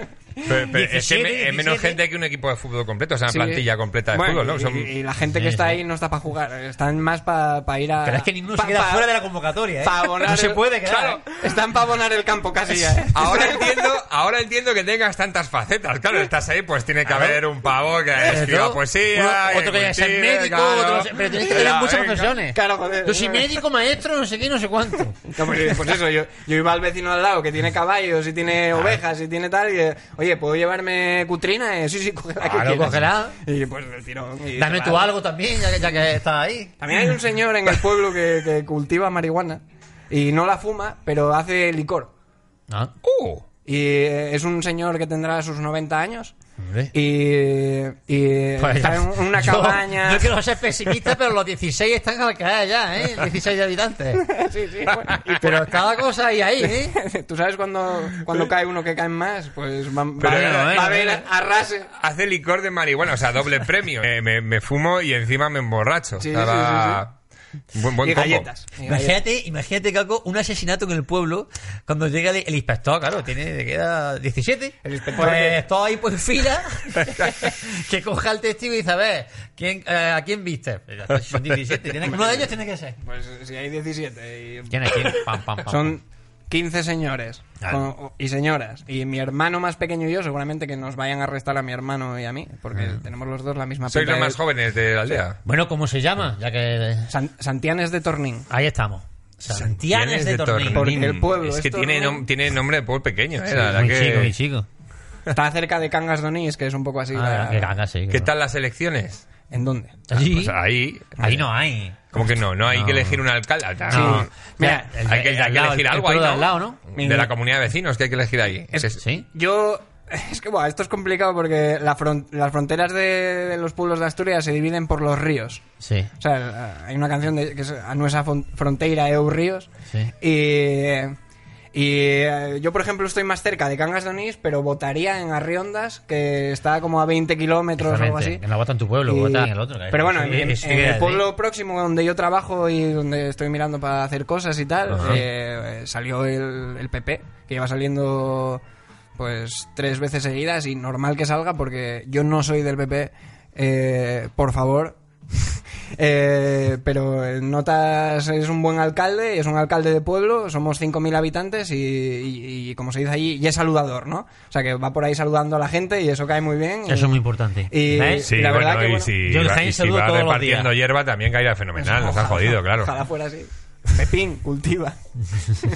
Pero- pero es que
17,
me- es menos
17.
gente que un equipo de fútbol completo. O sea, una
Sí.
plantilla completa de
Bueno,
fútbol, ¿no?
y-
Son-
Y, y la gente que
Sí,
está
sí.
ahí no está para jugar, están más para ir a...
Pero es que ninguno
pa-
se queda
pa-
fuera de la convocatoria, ¿eh?
pa abonar
No se
el-
puede quedar.
Claro,
¿eh?
están para abonar el campo casi ya, ¿eh?
Ahora entiendo, ahora entiendo que tengas tantas facetas. Claro, estás ahí, pues tiene que haber un pavo que escriba
Todo.
poesía.
Eh, Uno- otro que ya sea
cultive,
médico,
claro.
otro que sea- Pero tienes que tener
Venga,
muchas
venga.
profesiones.
Claro, joder.
Yo soy médico, maestro, no sé qué, no sé cuánto.
No, pues, pues eso, yo, yo iba al vecino al lado que tiene caballos y tiene ovejas y tiene tal. Y, eh, Oye, ¿puedo llevarme cutrina? Eh, sí, sí, cógela que
Claro,
quieras.
cógela.
Y pues el tirón. y
Dame
te
tú
va.
algo también, ya que, ya que estás ahí.
También hay un señor en el pueblo que, que cultiva marihuana y no la fuma, pero hace licor.
Ah,
Uh,
Y eh, es un señor que tendrá sus 90 años.
hombre.
Y, y
Pues
Uh,
ya-
está en una
yo-
cabaña.
Yo quiero ser pesimista, pero los 16 están al caer ya, ¿eh? 16 de habitantes.
Sí, sí, bueno. Y
Pero está la cosa ahí, ahí, ¿eh?
¿Tú sabes cuando, cuando cae uno que caen más? Pues va, va
Pero
a haber-
bueno,
bueno,
va a haber
bueno.
arrase.
hace licor de marihuana, o sea, doble premio. Eh, me, me fumo y encima me emborracho.
Sí,
O sea,
sí,
va- Buen, buen
Y
combo.
galletas. Y galletas.
Imagínate, imagínate, Caco, un asesinato en el pueblo cuando llega el, el inspector, claro, tiene, le queda 17.
El inspector
pues
que-
todo ahí pues en fila, que coja el testigo y dice, a ver, ¿quién, eh, ¿a quién viste? Pero Son 17, tiene que- uno de ellos tiene que ser.
Pues si hay 17 y-
¿Quién es quién? Pam, pam, pam.
Son 15 señores
Claro.
con- y señoras. Y mi hermano más pequeño y yo seguramente que nos vayan a arrestar a mi hermano y a mí. Porque tenemos los dos la misma
Sois
pinta
los
de-
más jóvenes de la aldea.
Bueno, ¿cómo se llama? Ya que...
San- Santianes de Tornín.
Ahí estamos. Santianes de Tornillo.
Tornillo. Porque el pueblo
Es
es
que tiene,
Tornillo.
nom- tiene nombre de pueblo pequeño. eh,
Sí,
la verdad
muy
que-
chico, muy chico.
Está cerca de Cangas Donís, que es un poco así.
Ah,
la-
que gana, sí.
¿Qué
claro.
tal las elecciones?
¿En dónde?
Allí,
Pues ahí.
¿Ah, ahí no hay.
¿Cómo que no? No hay
No.
que elegir un alcalde.
No.
Sí. Mira,
El-
hay que,
el
hay
al
que
lado,
elegir
el- el
algo ahí,
pueblo
¿no?
de al lado, ¿no? Mm.
De la comunidad de vecinos que hay que elegir ahí. Es-
Sí.
Yo. Es que buah, esto es complicado porque la fron- las fronteras de, de los pueblos de Asturias se dividen por los ríos.
Sí.
O sea, el- hay una canción de, que es A nuestra fon- fronteira eu ríos.
Sí.
Y, y eh, yo, por ejemplo, estoy más cerca de Cangas de Onís, pero votaría en Arriondas, que está como a 20 kilómetros o algo así.
Exactamente. Que no vota en tu pueblo,
Y-
vota en el otro. que
pero bueno,
es-
en, en-
es-
en
es-
el pueblo próximo donde yo trabajo y donde estoy mirando para hacer cosas y tal,
Ajá.
eh, eh, salió el, el PP, que iba saliendo pues tres veces seguidas y normal que salga porque yo no soy del PP, eh, por favor. Eh, pero el Notas es un buen alcalde, es un alcalde de pueblo, somos 5.000 habitantes y, y- y como se dice allí, y es saludador, ¿no? O sea que va por ahí saludando a la gente y eso cae muy bien.
Eso es muy importante.
Y-
¿Ves?
la verdad que, bueno,
si
yo en
va,
Jaén
y si
saludo
va
todos los
repartiendo
días.
hierba también caerá fenomenal. Nos han jodido, claro.
Ojalá fuera así. Pepín, cultiva.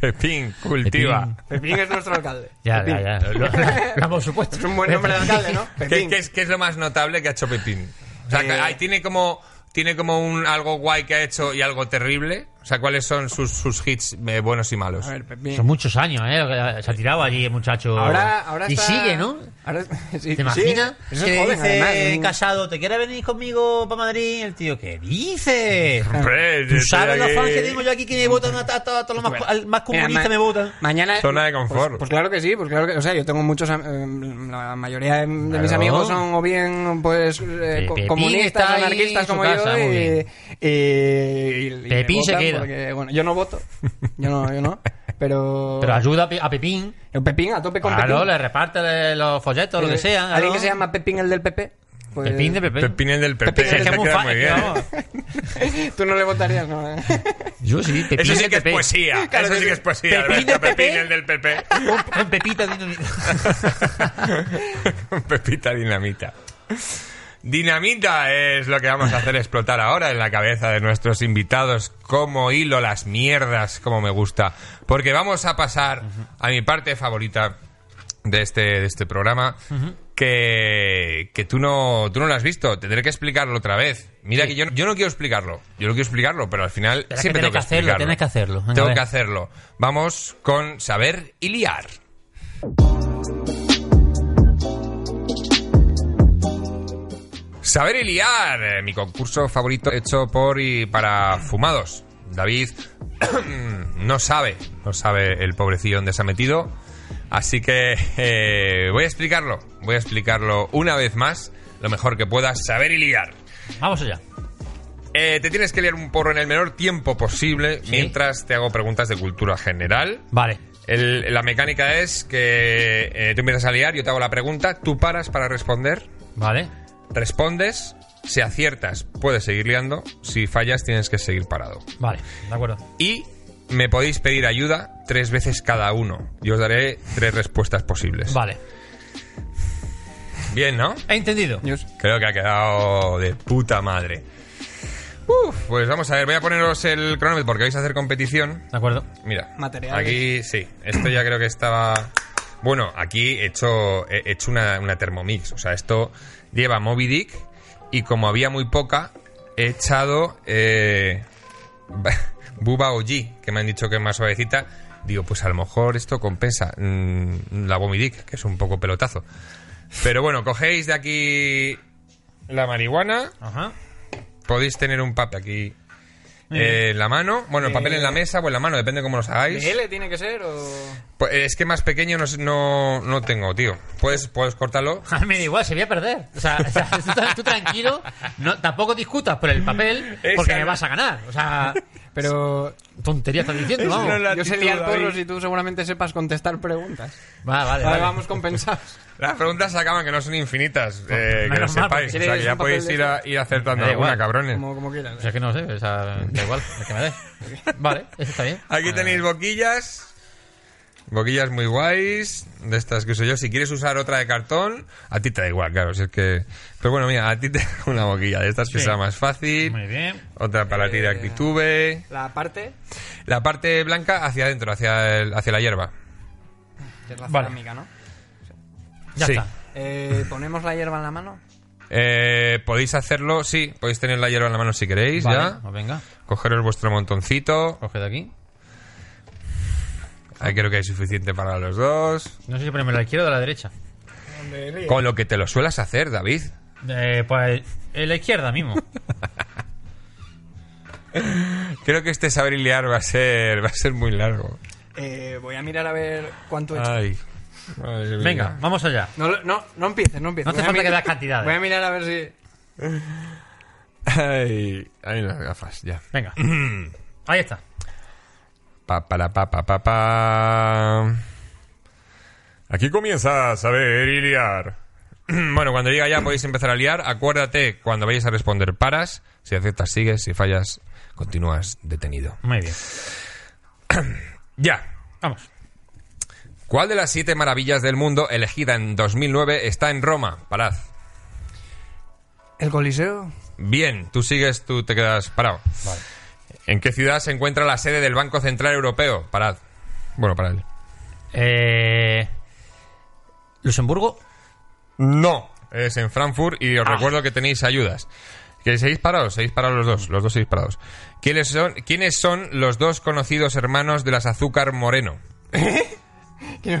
Pepín, cultiva.
Pepín es nuestro alcalde.
Ya,
Pepín.
ya, ya. Lo, lo- lo hemos supuesto.
Es un buen nombre de alcalde, ¿no?
¿Qué,
Pepín.
qué es, qué es lo más notable que ha hecho Pepín? O sea, que-
Eh,
ay, tiene como tiene como un algo guay que ha hecho y algo terrible. O sea, ¿cuáles son sus, sus hits eh, buenos y malos?
A ver, Pepín.
Son muchos años, ¿eh? Se ha tirado allí el muchacho.
Ahora, ahora
y
está-
sigue, ¿no?
Ahora, sí,
¿Te imaginas?
sí, es
que le
joven,
dice
además, es un-
casado, ¿te quieres venir conmigo para Madrid? El tío, ¿qué dice?
Hombre, yo
¿Tú
estoy
sabes los
aquí.
fans que tengo yo aquí que me votan a, a- a- a- a los más, al más
Mira,
comunista
ma-
me votan?
Mañana.
Zona de
pues-
confort.
Pues, claro que sí, pues claro que. O sea, yo tengo muchos. am- em, la mayoría de, de mis
Claro.
amigos son o bien, pues. eh,
Pe-
co-
Pepín
comunistas,
está ahí en
anarquistas
su
como
casa,
yo.
muy
Y,
bien.
y- y- y me
Pepín se
votan
queda.
porque, bueno, yo no voto. Yo no, yo no. Pero.
Pero ayuda a Pe- a Pepín.
el Pepín, a tope con
Claro,
Pepín.
le reparte le- los folletos, lo que
Eh,
sea.
Alguien
claro.
que se llama Pepín el del PP. Pues,
Pepín de Pepín.
Pepín el del PP.
Pepín el
ese
del
es
queda
muy fan,
muy bien.
vamos.
Tú no le votarías, ¿no?
Yo sí, Pepín
Eso sí
del
que es
PP.
poesía.
Claro
Eso
que
sí que
sí.
es poesía.
Pepín
Alberto,
del PP.
Pepín el del PP.
Con- Con Pepita diciendo-
Pepita Dinamita. Dinamita es lo que vamos a hacer explotar ahora en la cabeza de nuestros invitados. Como hilo las mierdas, como me gusta. Porque vamos a pasar a mi parte favorita de este, de este programa. Que, que tú, no, tú no lo has visto. Tendré que explicarlo otra vez. Mira que yo, no- yo no quiero explicarlo. Yo no quiero explicarlo, pero al final
Pero es que
siempre
tienes
tengo que
que hacerlo,
explicarlo.
tienes que hacerlo. Venga, a
Tengo
ver.
que hacerlo. Vamos con saber y liar. Saber y liar, eh, mi concurso favorito hecho por y para fumados. David no sabe, no sabe el pobrecillo dónde se ha metido. Así que eh, voy a explicarlo, voy a explicarlo una vez más, lo mejor que pueda, saber y liar.
Vamos allá.
Eh, te tienes que liar un porro en el menor tiempo posible mientras te hago preguntas de cultura general.
Vale.
El- la mecánica es que eh, tú empiezas a liar, yo te hago la pregunta, tú paras para responder,
Vale.
respondes, si aciertas puedes seguir liando, si fallas tienes que seguir parado.
Vale. De acuerdo.
Y me podéis pedir ayuda tres veces cada uno. Yo os daré tres respuestas posibles.
Vale.
Bien, ¿no?
He entendido.
Dios.
Creo que ha quedado de puta madre. Uf, pues vamos a ver, voy a poneros el cronómetro porque vais a hacer competición.
De acuerdo.
Mira,
Materiales.
aquí sí, esto ya creo que estaba... Bueno, aquí he hecho, he hecho una, una Thermomix, o sea, esto lleva Moby Dick y como había muy poca, he echado eh, Buba Oji, que me han dicho que es más suavecita. Digo, pues a lo mejor esto compensa mm, la Moby Dick, que es un poco pelotazo. Pero bueno, cogéis de aquí la marihuana,
Ajá.
podéis tener un papel aquí eh, en la mano, bueno, el papel en la mesa o en la mano, depende cómo los hagáis.
¿BL tiene que ser o.?
Pues, eh, es que más pequeño no, sé- no, no tengo, tío. Puedes, puedes cortarlo.
A mí me da igual, se voy a perder. O sea, o sea, tú, tra- tú tranquilo, no, tampoco discutas por el papel, porque
Esa-
me vas a ganar. O sea,
Pero
tontería estás diciendo,
Es
vamos.
una- la
yo sé
actitud,
liar porros
David.
y tú seguramente sepas contestar preguntas.
Vale, vale,
Ahora
vale.
vamos compensados.
Las preguntas se acaban, que no son infinitas. eh, que lo
menos mal, porque
sepáis. O sea, que
quieres
ya
un papel
podéis
de
ir, a- ir acertando
Me da
alguna,
igual.
cabrones.
Como, como quieras.
O sea, que no sé, o sea, da igual, el que me dé. Vale, eso está bien.
Aquí tenéis boquillas. Boquillas muy guays. De estas que uso yo. Si quieres usar otra de cartón, a ti te da igual, claro. Si es que... Pero bueno, mira, a ti te una boquilla de estas que
Sí.
sea más fácil.
Muy bien. Eh.
Otra para ti de actitud.
La parte,
La parte blanca hacia adentro, hacia, el- hacia la hierba.
que es la
Vale.
cerámica, ¿no?
Ya
Sí.
está.
Eh, Ponemos la hierba en la mano.
Eh, podéis hacerlo, sí, podéis tener la hierba en la mano si queréis,
Vale,
ya.
pues venga,
Cogeros vuestro montoncito.
coge de aquí.
Ahí creo que hay suficiente para los dos.
No sé si ponerme a la izquierda o a la derecha.
Con lo que te lo suelas hacer, David.
Eh, pues en la izquierda mismo.
Creo que este saber y liar va a ser, va a ser muy largo.
Eh, voy a mirar a ver cuánto
Ah.
he hecho.
Ay. madre mía.
Pues. Venga, vamos allá.
No, lo- no, no empieces, no empieces.
No hace
Voy a
falta
mirar-
que das cantidades.
Voy a mirar a ver si.
Ay, ay, las gafas, ya.
Venga. Ahí está.
Pa, para, pa, pa, pa, pa. Aquí comienza a saber y liar. Bueno, cuando llega ya podéis empezar a liar. Acuérdate, cuando vayáis a responder, paras. Si aceptas, sigues. Si fallas, continúas detenido.
Muy bien.
Ya.
Vamos.
¿Cuál de las siete maravillas del mundo, elegida en 2009, está en Roma? Parad.
El Coliseo.
Bien, tú sigues, tú te quedas parado. ¿En qué ciudad se encuentra la sede del Banco Central Europeo? Parad. Bueno, para él.
Eh, Luxemburgo.
No, es en Frankfurt y os recuerdo que tenéis ayudas. Que seis parados, seis parados los dos, los dos seis parados. ¿Quiénes son, ¿Quiénes son los dos conocidos hermanos de las Azúcar Moreno?
Eh, Ah,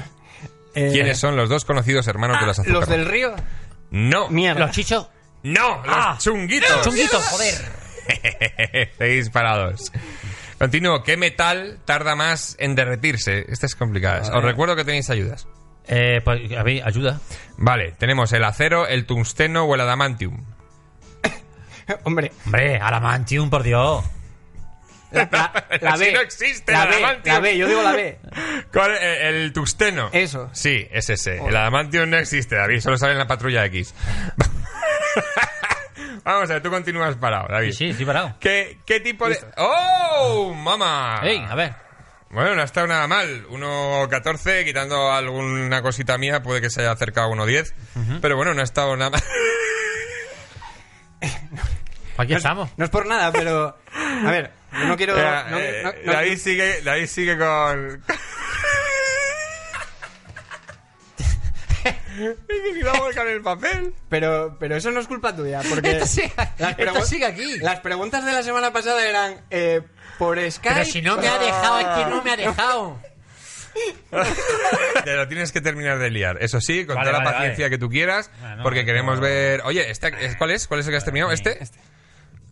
¿Quiénes son los dos conocidos hermanos de las Azúcar
¿Los del
Moreno?
río?
No,
Mierda.
Los chichos.
no, los
Ah.
chunguitos.
Chunguitos, joder.
seis parados. Continúo, ¿qué metal tarda más en derretirse? Estas es complicadas. Os recuerdo que tenéis ayudas.
Eh, pues, a ver, ayuda.
Vale, tenemos el acero, el tungsteno o el adamantium.
Hombre,
Hombre, Alamantium, por Dios.
la, la- la
Así
B.
no existe,
la
la
B,
Avanti.
la B, yo digo la B.
¿Cuál? Eh, El tungsteno.
Eso.
Sí, es ese. El adamantium no existe, David. Solo sale en la patrulla X. Vamos a ver, tú continúas parado, David.
Sí, sí, estoy parado.
¿Qué, qué tipo de...? ¡Oh, mamá!
Ey, a ver.
Bueno, no ha estado nada mal. 1.14, quitando alguna cosita mía, puede que se haya acercado a 1.10. Pero bueno, no ha estado nada mal.
pues Aquí estamos.
No eh, es por nada, pero. A ver, yo no quiero.
Eh,
no-
eh,
no- no-
David, sigue, David sigue con... Es que quedamos con el papel.
pero, pero eso no es culpa tuya, porque.
Esto sigue-
las
esto
pregun-
sigue aquí.
Las preguntas de la semana pasada eran. eh, por Skype. Ah.
Pero si no me ha dejado, es que no me ha dejado.
Te lo tienes que terminar de liar. Eso sí, con
Vale,
toda la
vale,
paciencia
vale.
que tú quieras,
Ah, no,
porque
no.
queremos ver... Oye, este, es- ¿cuál es? ¿Cuál es el que has terminado? ¿Este?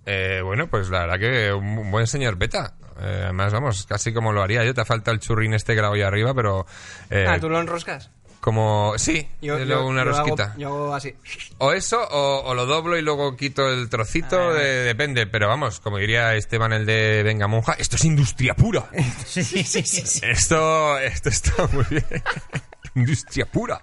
Eh, bueno, pues la verdad que un buen señor beta. Eh, además, vamos, casi como lo haría yo. Te falta el churrín este que la voy arriba, pero... eh,
Ah, tú lo enroscas.
Como... Sí,
Yo,
yo
yo-
una
yo hago-
rosquita.
yo hago así.
O eso, o, o lo doblo y luego quito el trocito, de- depende. Pero vamos, como diría Esteban el de Venga Monja, esto es industria pura.
Sí, sí, sí. sí, sí.
Esto, esto está muy bien. industria pura.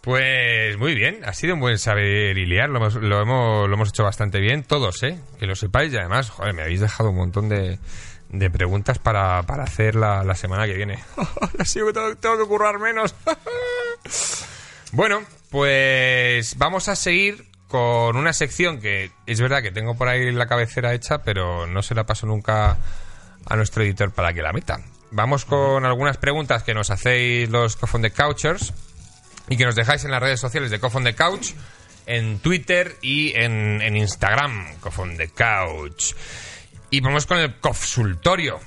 Pues muy bien, ha sido un buen saber y liar, lo hemos, lo hemos, lo hemos hecho bastante bien, todos, ¿eh? Que lo sepáis y además, joder, me habéis dejado un montón de, de preguntas para, para hacer la, la semana que viene. Así que tengo, tengo que currar menos. bueno, pues vamos a seguir con una sección que es verdad que tengo por ahí la cabecera hecha, pero no se la paso nunca a nuestro editor para que la meta. Vamos con algunas preguntas que nos hacéis los Cofón de Couchers y que nos dejáis en las redes sociales de Cough on the Couch, en Twitter y en, en Instagram, Cough on the Couch. Y vamos con el consultorio.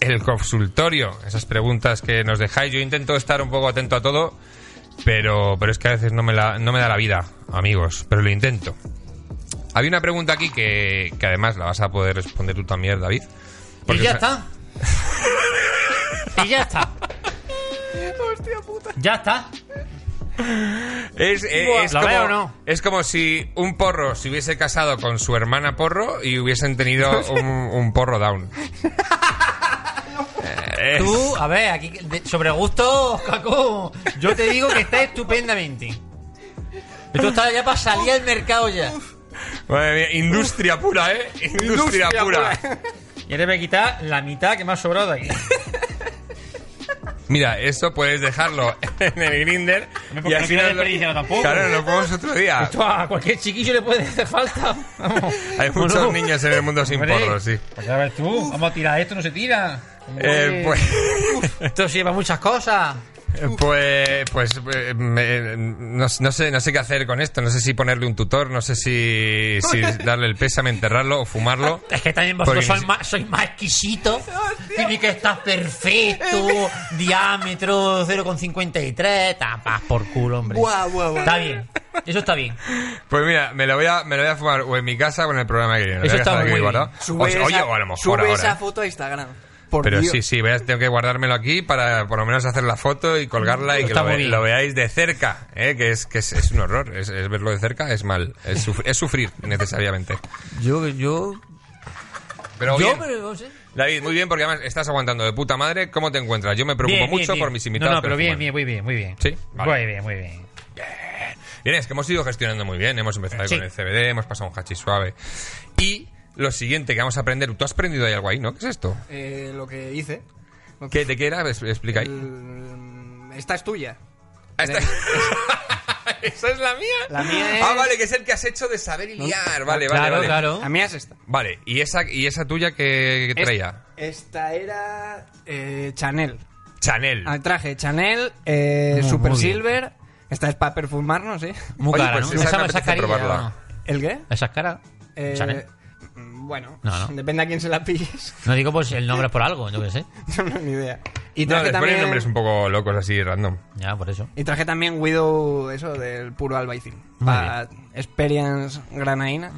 El consultorio, esas preguntas que nos dejáis. Yo intento estar un poco atento a todo, pero, pero es que a veces no me, la- no me da la vida, amigos, pero lo intento. Había una pregunta aquí que, que además la vas a poder responder tú también, David.
Y
porque
ya
es-
está. Y ya está. Ya está.
Es, eh,
Buah.
es
¿La
como,
veo o no?
es como si un porro se hubiese casado con su hermana porro y hubiesen tenido un, un porro down. Eh, es-
Tú, a ver, aquí de- sobre gusto, Jacobo. Yo te digo que está estupendamente. Esto está ya para salir al mercado ya.
madre mía, industria pura, ¿eh? Industria, pura.
Y ahora voy a quitar la mitad que me ha sobrado de aquí.
Mira, esto puedes dejarlo en el grinder.
Hombre, porque no quiero
nos
desperdiciarlo tampoco.
Claro, lo ponemos otro día.
Esto a cualquier chiquillo le puede hacer falta. Vamos.
Hay
¿O no?
muchos niños en el mundo sin
Hombre,
porro, sí.
Pues a ver tú, vamos a tirar esto, no se tira.
Eh, pues...
Esto se lleva muchas cosas.
Pues, pues eh, me- no, no sé, no sé qué hacer con esto. No sé si ponerle un tutor, no sé si, si darle el pésame, enterrarlo o fumarlo.
Es que también vosotros
Porque-
sois más, sois más exquisitos. Tiene que estar perfecto. diámetro 0,53. Está más por culo, hombre.
Guau, guau, guau.
Está bien. Eso está bien.
Pues mira, me lo voy a, me lo voy a fumar o en mi casa o en el programa que viene. Lo voy
Eso
a
está
dejar aquí
muy bien.
guardado.
Sube
O sea, oye,
esa-
o a lo mejor
sube
ahora. ¿eh?
esa foto a Instagram. Por
Pero
Dios.
sí, sí, voy a- tengo que guardármelo aquí para por lo menos hacer la foto y colgarla y que
Está
lo,
muy
ve-
bien.
lo veáis de cerca, ¿eh? que es que es, es un horror. Es, es verlo de cerca es mal, es, suf- es sufrir necesariamente.
Yo, yo.
Pero
yo,
bien.
pero no sé.
David, muy bien, porque además estás aguantando de puta madre. ¿Cómo te encuentras? Yo me preocupo
Bien, bien,
mucho
bien.
por mis invitados.
No, no, pero bien,
bueno.
bien, muy bien, muy bien.
Sí, vale.
Muy bien, muy bien.
Bien, es que hemos ido gestionando muy bien. Hemos empezado
Sí.
con el CBD, hemos pasado un hachi suave. Y lo siguiente que vamos a aprender, tú has aprendido ahí algo ahí, ¿no? ¿Qué es esto?
Eh, lo que hice. Lo que-
¿Qué te quiera? Explica ahí.
El- Esta es tuya.
Ah, está- ¿Esa es la mía?
La mía
Ah,
es-
vale, que es el que has hecho de saber y liar. Vale, vale,
claro,
vale.
claro.
La mía es esta.
Vale, ¿y esa, y esa tuya que, que
Es-
traía?
Esta era eh, Chanel.
Chanel.
Ah, traje Chanel, eh,
Muy,
Super
muy bien.
Silver. Esta es para perfumarnos, ¿eh?
Muy
Oye,
cara,
pues
¿no?
esa
Esa
me
me
apetece
sacaría.
probarla.
¿no?
¿El qué?
Esa es cara.
Eh,
Chanel.
mm, Bueno,
No, no.
depende a quién se la pilles.
No digo pues el nombre es por algo, yo qué sé.
no, no, ni idea. Y
no,
traje
les ponen
también.
nombres un poco locos así, random.
Ya, por eso.
Y traje también Widow, eso, del puro albaicín.
Muy
Para Experience Granaina.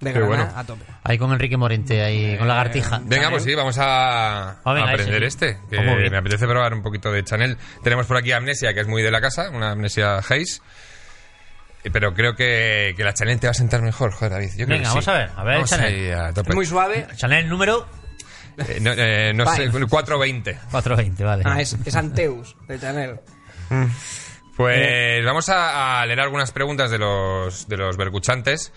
De
Qué
Granada
bueno.
a tope.
Ahí con Enrique Morente, ahí con la gartija.
Venga, pues sí, vamos a,
Ah, venga,
a aprender
ese.
este. que
Pues muy bien.
me apetece probar un poquito de Chanel. Tenemos por aquí Amnesia, que es muy de la casa, una Amnesia Hayes. Eh, Pero creo que, que la Chanel te va a sentar mejor, joder, David. Yo
Venga,
creo que sí.
vamos a ver, a ver,
Vamos
Chanel.
ahí a tope.
Es muy suave.
Chanel número
Eh, no eh, no sé,
Fine.
420.
420, vale.
Ah, es, es Anteus, de Chanel.
Pues vamos a, a leer algunas preguntas de los, de los vercuchantes.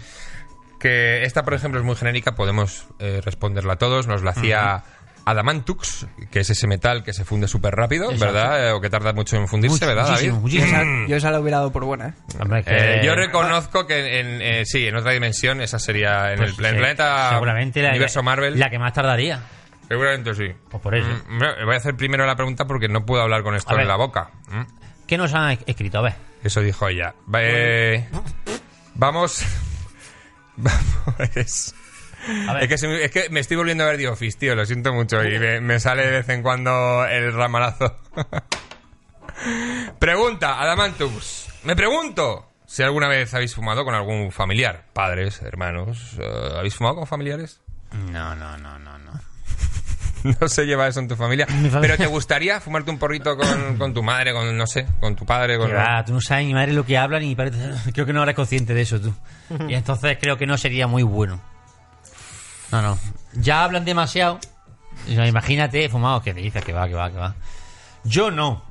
Que esta, por ejemplo, es muy genérica, podemos eh, responderla a todos. Nos la hacía Adamantux, que es ese metal que se funde súper rápido,
Exacto.
¿verdad? Eh, o que tarda mucho en fundirse,
Mucho,
¿verdad, David?
muchísimo,
Yo
muchísimo.
esa, yo esa la hubiera dado por buena, ¿eh?
Hombre,
Eh,
que-
yo reconozco que en, en, eh, sí, en otra dimensión esa sería en
pues
el, en el
sí,
planeta
seguramente la,
universo Marvel.
La que más tardaría.
Seguramente sí.
Pues por eso.
Mm, mira, voy a hacer primero la pregunta porque no puedo hablar con esto
A
en
ver.
la boca. Mm.
¿Qué nos han escrito? A ver.
Eso dijo ella. Va- eh, vamos. Vamos.
A ver.
Es que, se me- es que me estoy volviendo a ver The Office, tío, lo siento mucho. Y me, me sale de vez en cuando el ramalazo. Pregunta, Adamantus. Me pregunto si alguna vez habéis fumado con algún familiar. Padres, hermanos. eh, ¿Habéis fumado con familiares?
No, no, no, no, no.
No se lleva eso en tu familia.
familia-
Pero ¿te gustaría fumarte un porrito con, con tu madre, con, no sé, con tu padre? Con...
Que va, tú no sabes ni madre lo que hablan y parece- creo que no eres consciente de eso tú. Y entonces creo que no sería muy bueno. No, no. Ya hablan demasiado. Y no, Imagínate, fumado, que dices que va, que va, que va. Yo no.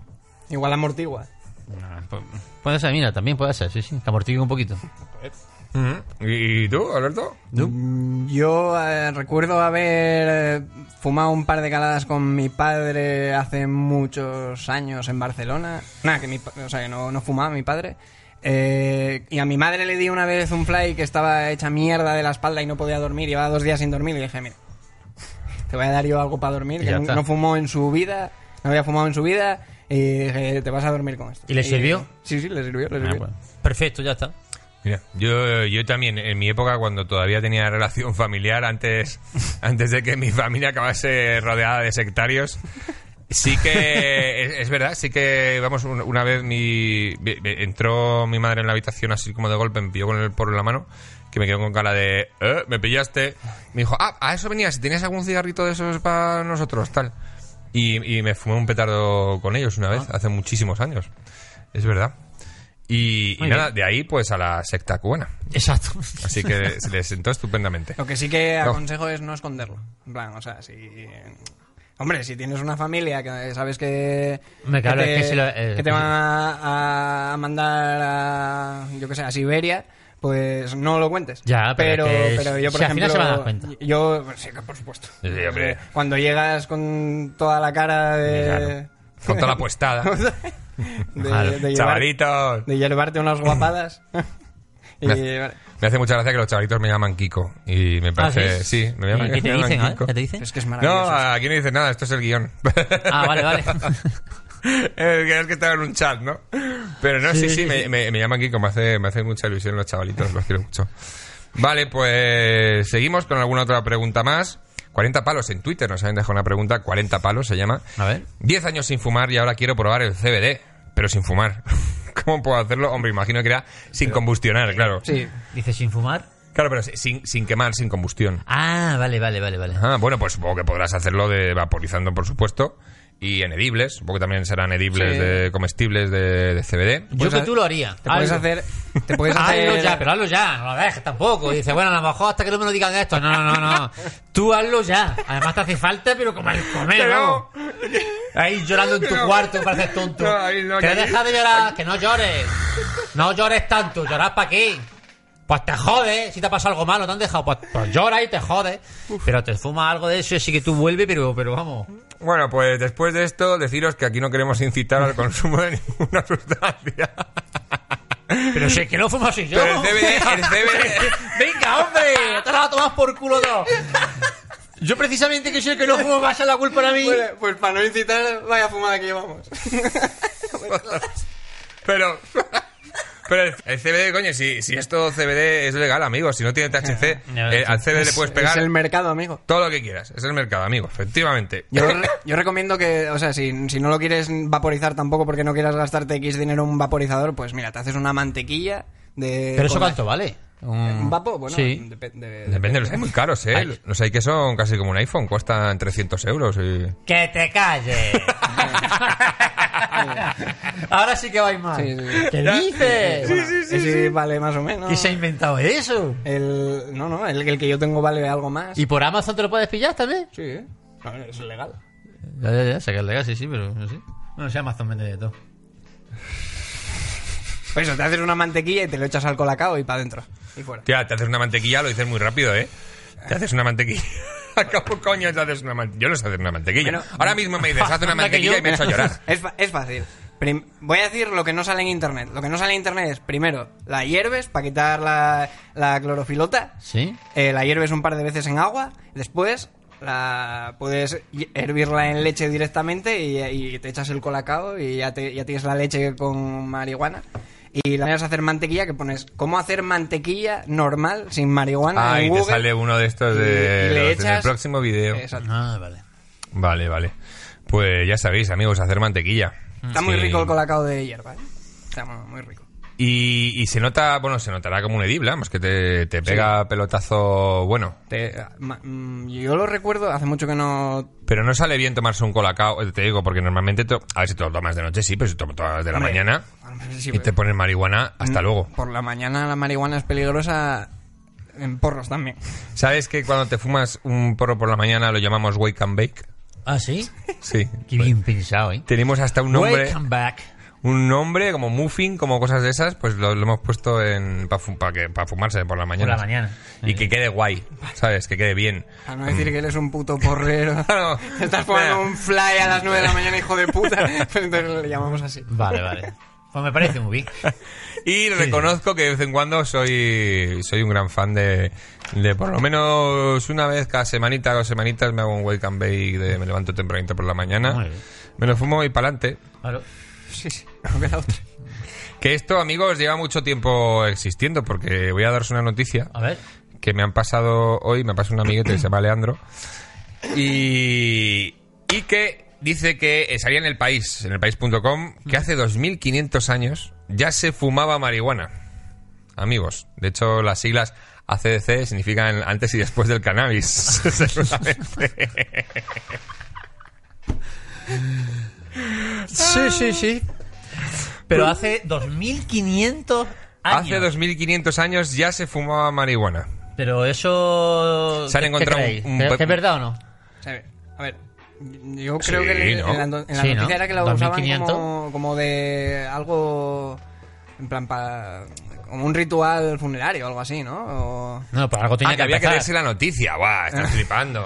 Igual amortigua.
No, pu- Ah, pues, Puede ser, mira, también puede ser, sí, sí. Que amortigue un poquito.
Ujú. ¿Mm? ¿Y tú, Alberto?
Mm, Yo eh, recuerdo haber eh, fumado un par de caladas con mi padre hace muchos años en Barcelona. Nada, que mi, pa- o sea, que no, no fumaba mi padre. Eh, y a mi madre le di una vez un fly que estaba hecha mierda de la espalda y no podía dormir. Llevaba dos días sin dormir y dije, mira, te voy a dar yo algo para dormir.
Y
Que
ya
nu-
está.
no fumó en su vida, no había fumado en su vida. Y dije, te vas a dormir con esto.
¿Y le sirvió?
Sí, sí, le sirvió,
Ah,
le sirvió.
pues. Perfecto, ya está.
Mira, yo, yo también, en mi época, cuando todavía tenía relación familiar, antes, antes de que mi familia acabase rodeada de sectarios, sí que, es, es verdad, sí que, vamos, un- una vez mi, ve- ve- entró mi madre en la habitación así como de golpe, me pilló con el porro en la mano, que me quedó con cara de, "Eh, me pillaste. Me dijo, ah, a eso venías, si tenías algún cigarrito de esos para nosotros, tal. Y, y me fumé un petardo con ellos una vez, hace muchísimos años. Es verdad. Y, y
Muy
nada, de ahí pues a la secta cubana.
Exacto.
Así que se les sentó estupendamente.
Lo que sí que
No.
aconsejo es no esconderlo. En plan, o sea, si. Hombre, si tienes una familia que sabes que.
Hombre, claro,
te,
es que si lo- eh,
que te van a, a mandar a. Yo qué sé, a Siberia. Pues no lo cuentes.
Ya, pero es que
pero yo, por
si al
ejemplo.
final se van a dar cuenta.
Yo, sí, que por supuesto.
Sí, hombre.
Cuando llegas con toda la cara
Eh,
de.
Claro. Con toda la puestada.
de,
Claro.
de llevar-
Chavalitos.
de llevarte unas guapadas. y,
Me- Me hace mucha gracia que los chavalitos me llaman Kiko. Y me parece.
¿Ah,
sí? me llaman,
¿Y ¿Qué
me
te
llaman
dicen? a ver?
Kiko.
¿Qué te dicen?
es que es
No,
maravilloso.
aquí no dice nada, esto es el guión.
Ah, vale, vale.
Eh, que es que estaba en un chat, ¿no? Pero no, sí, sí, me, me- me llaman Kiko, me hace, me hace mucha ilusión los chavalitos, los quiero mucho. Vale, pues seguimos con alguna otra pregunta más. 40 palos en Twitter, nos habían dejado una pregunta, 40 palos se llama.
A ver.
10 años sin fumar y ahora quiero probar el CBD, pero sin fumar. ¿Cómo puedo hacerlo? Hombre, imagino que era sin combustionar, claro.
Sí.
Dice sin fumar.
Claro, pero sin, sin quemar, sin combustión.
Ah, vale, vale, vale, vale.
Ah, bueno, pues supongo que podrás hacerlo de vaporizando, por supuesto. Y en edibles, supongo que también serán edibles
Sí.
de comestibles de, de CBD.
Yo
Puedes
que
ha-
tú lo haría.
Te puedes
Hazlo.
hacer. Te puedes
hazlo
hacer
ya, pero hazlo ya, no lo dejes tampoco. Y dice, bueno, a lo mejor hasta que no me lo digan esto. No, no, no, no. Tú hazlo ya. Además te hace falta, pero como el comer,
Pero-
vamos. Ahí llorando en tu
Pero-
cuarto, pareces tonto.
No, ahí no,
que
que-
deja de llorar, que no llores. No llores tanto, llorar para qué. Pues te jodes, si te ha pasado algo malo, te han dejado, pues, pues llora y te jodes. Pero te fumas algo de eso y así que tú vuelves, pero, pero vamos.
Bueno, pues después de esto, deciros que aquí no queremos incitar al consumo de ninguna sustancia.
Pero si es que lo fumo soy yo.
Pero el DVD, el DVD.
Venga, hombre, te la tomas por culo todo. Yo precisamente que soy el que no fumo va a ser la culpa a mí.
Bueno, pues para no incitar, vaya fumada que llevamos.
Pero. Pero el, el CBD, coño, si, si esto CBD es legal, amigo, si no tiene THC,
Ya
eh,
ves.
al CBD le puedes
Es
pegar
el mercado, amigo.
todo lo que quieras. Es el mercado, amigo, efectivamente.
Yo, re- yo recomiendo que, o sea, si, si no lo quieres vaporizar tampoco porque no quieras gastarte X dinero en un vaporizador, pues mira, te haces una mantequilla de...
Pero eso
con-
cuánto vale?
¿Un vapo? Bueno,
Sí.
depe- de-
Depende, los hay muy caros, ¿eh?
Ay.
Los hay que son casi como un iPhone, cuestan 300 euros. Y...
Que te calles. Ahora sí que vais mal.
Sí, sí, sí.
¿Qué
Ya.
dices?
Bueno, ese vale más o menos.
¿Quién se ha inventado eso?
El, no, no, el, el que yo tengo vale algo más.
¿Y por Amazon te lo puedes pillar también?
Sí, ¿eh? No, es legal.
Ya, ya, ya, sacarle gas, sí, sí, pero no sé. Bueno, si Amazon vende de todo.
Pues eso, te haces una mantequilla y te lo echas al colacao y para adentro. Y fuera.
Tía, te haces una mantequilla, lo dices muy rápido, ¿eh? Te haces una mantequilla. ¿A cabo coño te haces una mantequilla? Yo no sé hacer una mantequilla.
Bueno,
Ahora mismo me dices, haz una
anda que
mantequilla
yo-
y me echo a llorar.
Es, fa- es fácil. Prim- voy a decir lo que no sale en internet. Lo que no sale en internet es, primero, la hierves para quitar la, la clorofilota.
¿Sí?
Eh, la hierves un par de veces en agua. Después, la puedes hi- hervirla en leche directamente y, y te echas el colacao y ya, te- ya tienes la leche con marihuana. Y la vas a hacer mantequilla que pones cómo hacer mantequilla normal sin marihuana
Ay,
en
te
Google.
sale uno de estos de,
Y- y le
los- en el
echas-
próximo video.
Exacto.
Ah, vale.
Vale, vale. Pues ya sabéis, amigos, hacer mantequilla.
Está muy
Sí.
rico el colacao de hierba. ¿eh? Está muy, muy rico.
Y, y se nota, bueno, se notará como un edibla, más que te, te pega pelotazo bueno.
Te- ma- mm, yo lo recuerdo, hace mucho que no...
Pero no sale bien tomarse un colacao, eh, te digo, porque normalmente, to- a ver si te lo tomas de noche, sí, pero si te lo tomas de la
Hombre,
mañana
hombre, sí, pues. Mm.
y te pones marihuana, hasta luego.
Por la mañana la marihuana es peligrosa en porros también.
¿Sabes que cuando te fumas un porro por la mañana lo llamamos wake and bake?
¿Ah, sí?
Sí.
Qué bien pensado, ¿eh?
Tenemos hasta un nombre,
Welcome back.
un nombre como muffin, como cosas de esas, pues lo, lo hemos puesto en para fumarse por la mañana.
Por la mañana.
Y que quede guay, ¿sabes? Que quede bien.
A no
Mm.
decir que eres un puto porrero.
Claro.
Te Estás poniendo un fly a las 9 de la mañana, hijo de puta. Pues entonces le llamamos así.
Vale, vale. Pues me parece muy bien.
Y reconozco que de vez en cuando soy, soy un gran fan de, de por lo menos una vez cada semanita, dos semanitas me hago un wake and bake de me levanto tempranito por la
Muy
mañana,
bien.
me lo fumo y pa'lante.
Claro.
Sí, sí. No queda otra.
Que esto, amigos, lleva mucho tiempo existiendo porque voy a daros una noticia
A ver.
que me han pasado hoy, me pasa un amiguete que se llama Leandro y, y que dice que eh, salía en el país, en el país.com, que hace 2500 años ya se fumaba marihuana. Amigos, de hecho las siglas ACDC significan antes y después del cannabis. seguramente.
Sí, sí, sí. Pero hace 2500 años.
hace 2500 años ya se fumaba marihuana.
Pero eso.
Se han
¿qué-
encontrado
qué creéis?
un- un-
¿Que- que ¿Es verdad o no?
O sea, a ver, yo
Sí,
creo que en-
¿no?
en la, en la
Sí,
noticia
¿no?
era que lo
2500.
usaban como, como de algo. En plan, para. Como un ritual funerario o algo así, ¿no? O-
No, pero algo tenía
Ah, que
que,
había que
empezar.
leerse la noticia. Buah, estás flipando.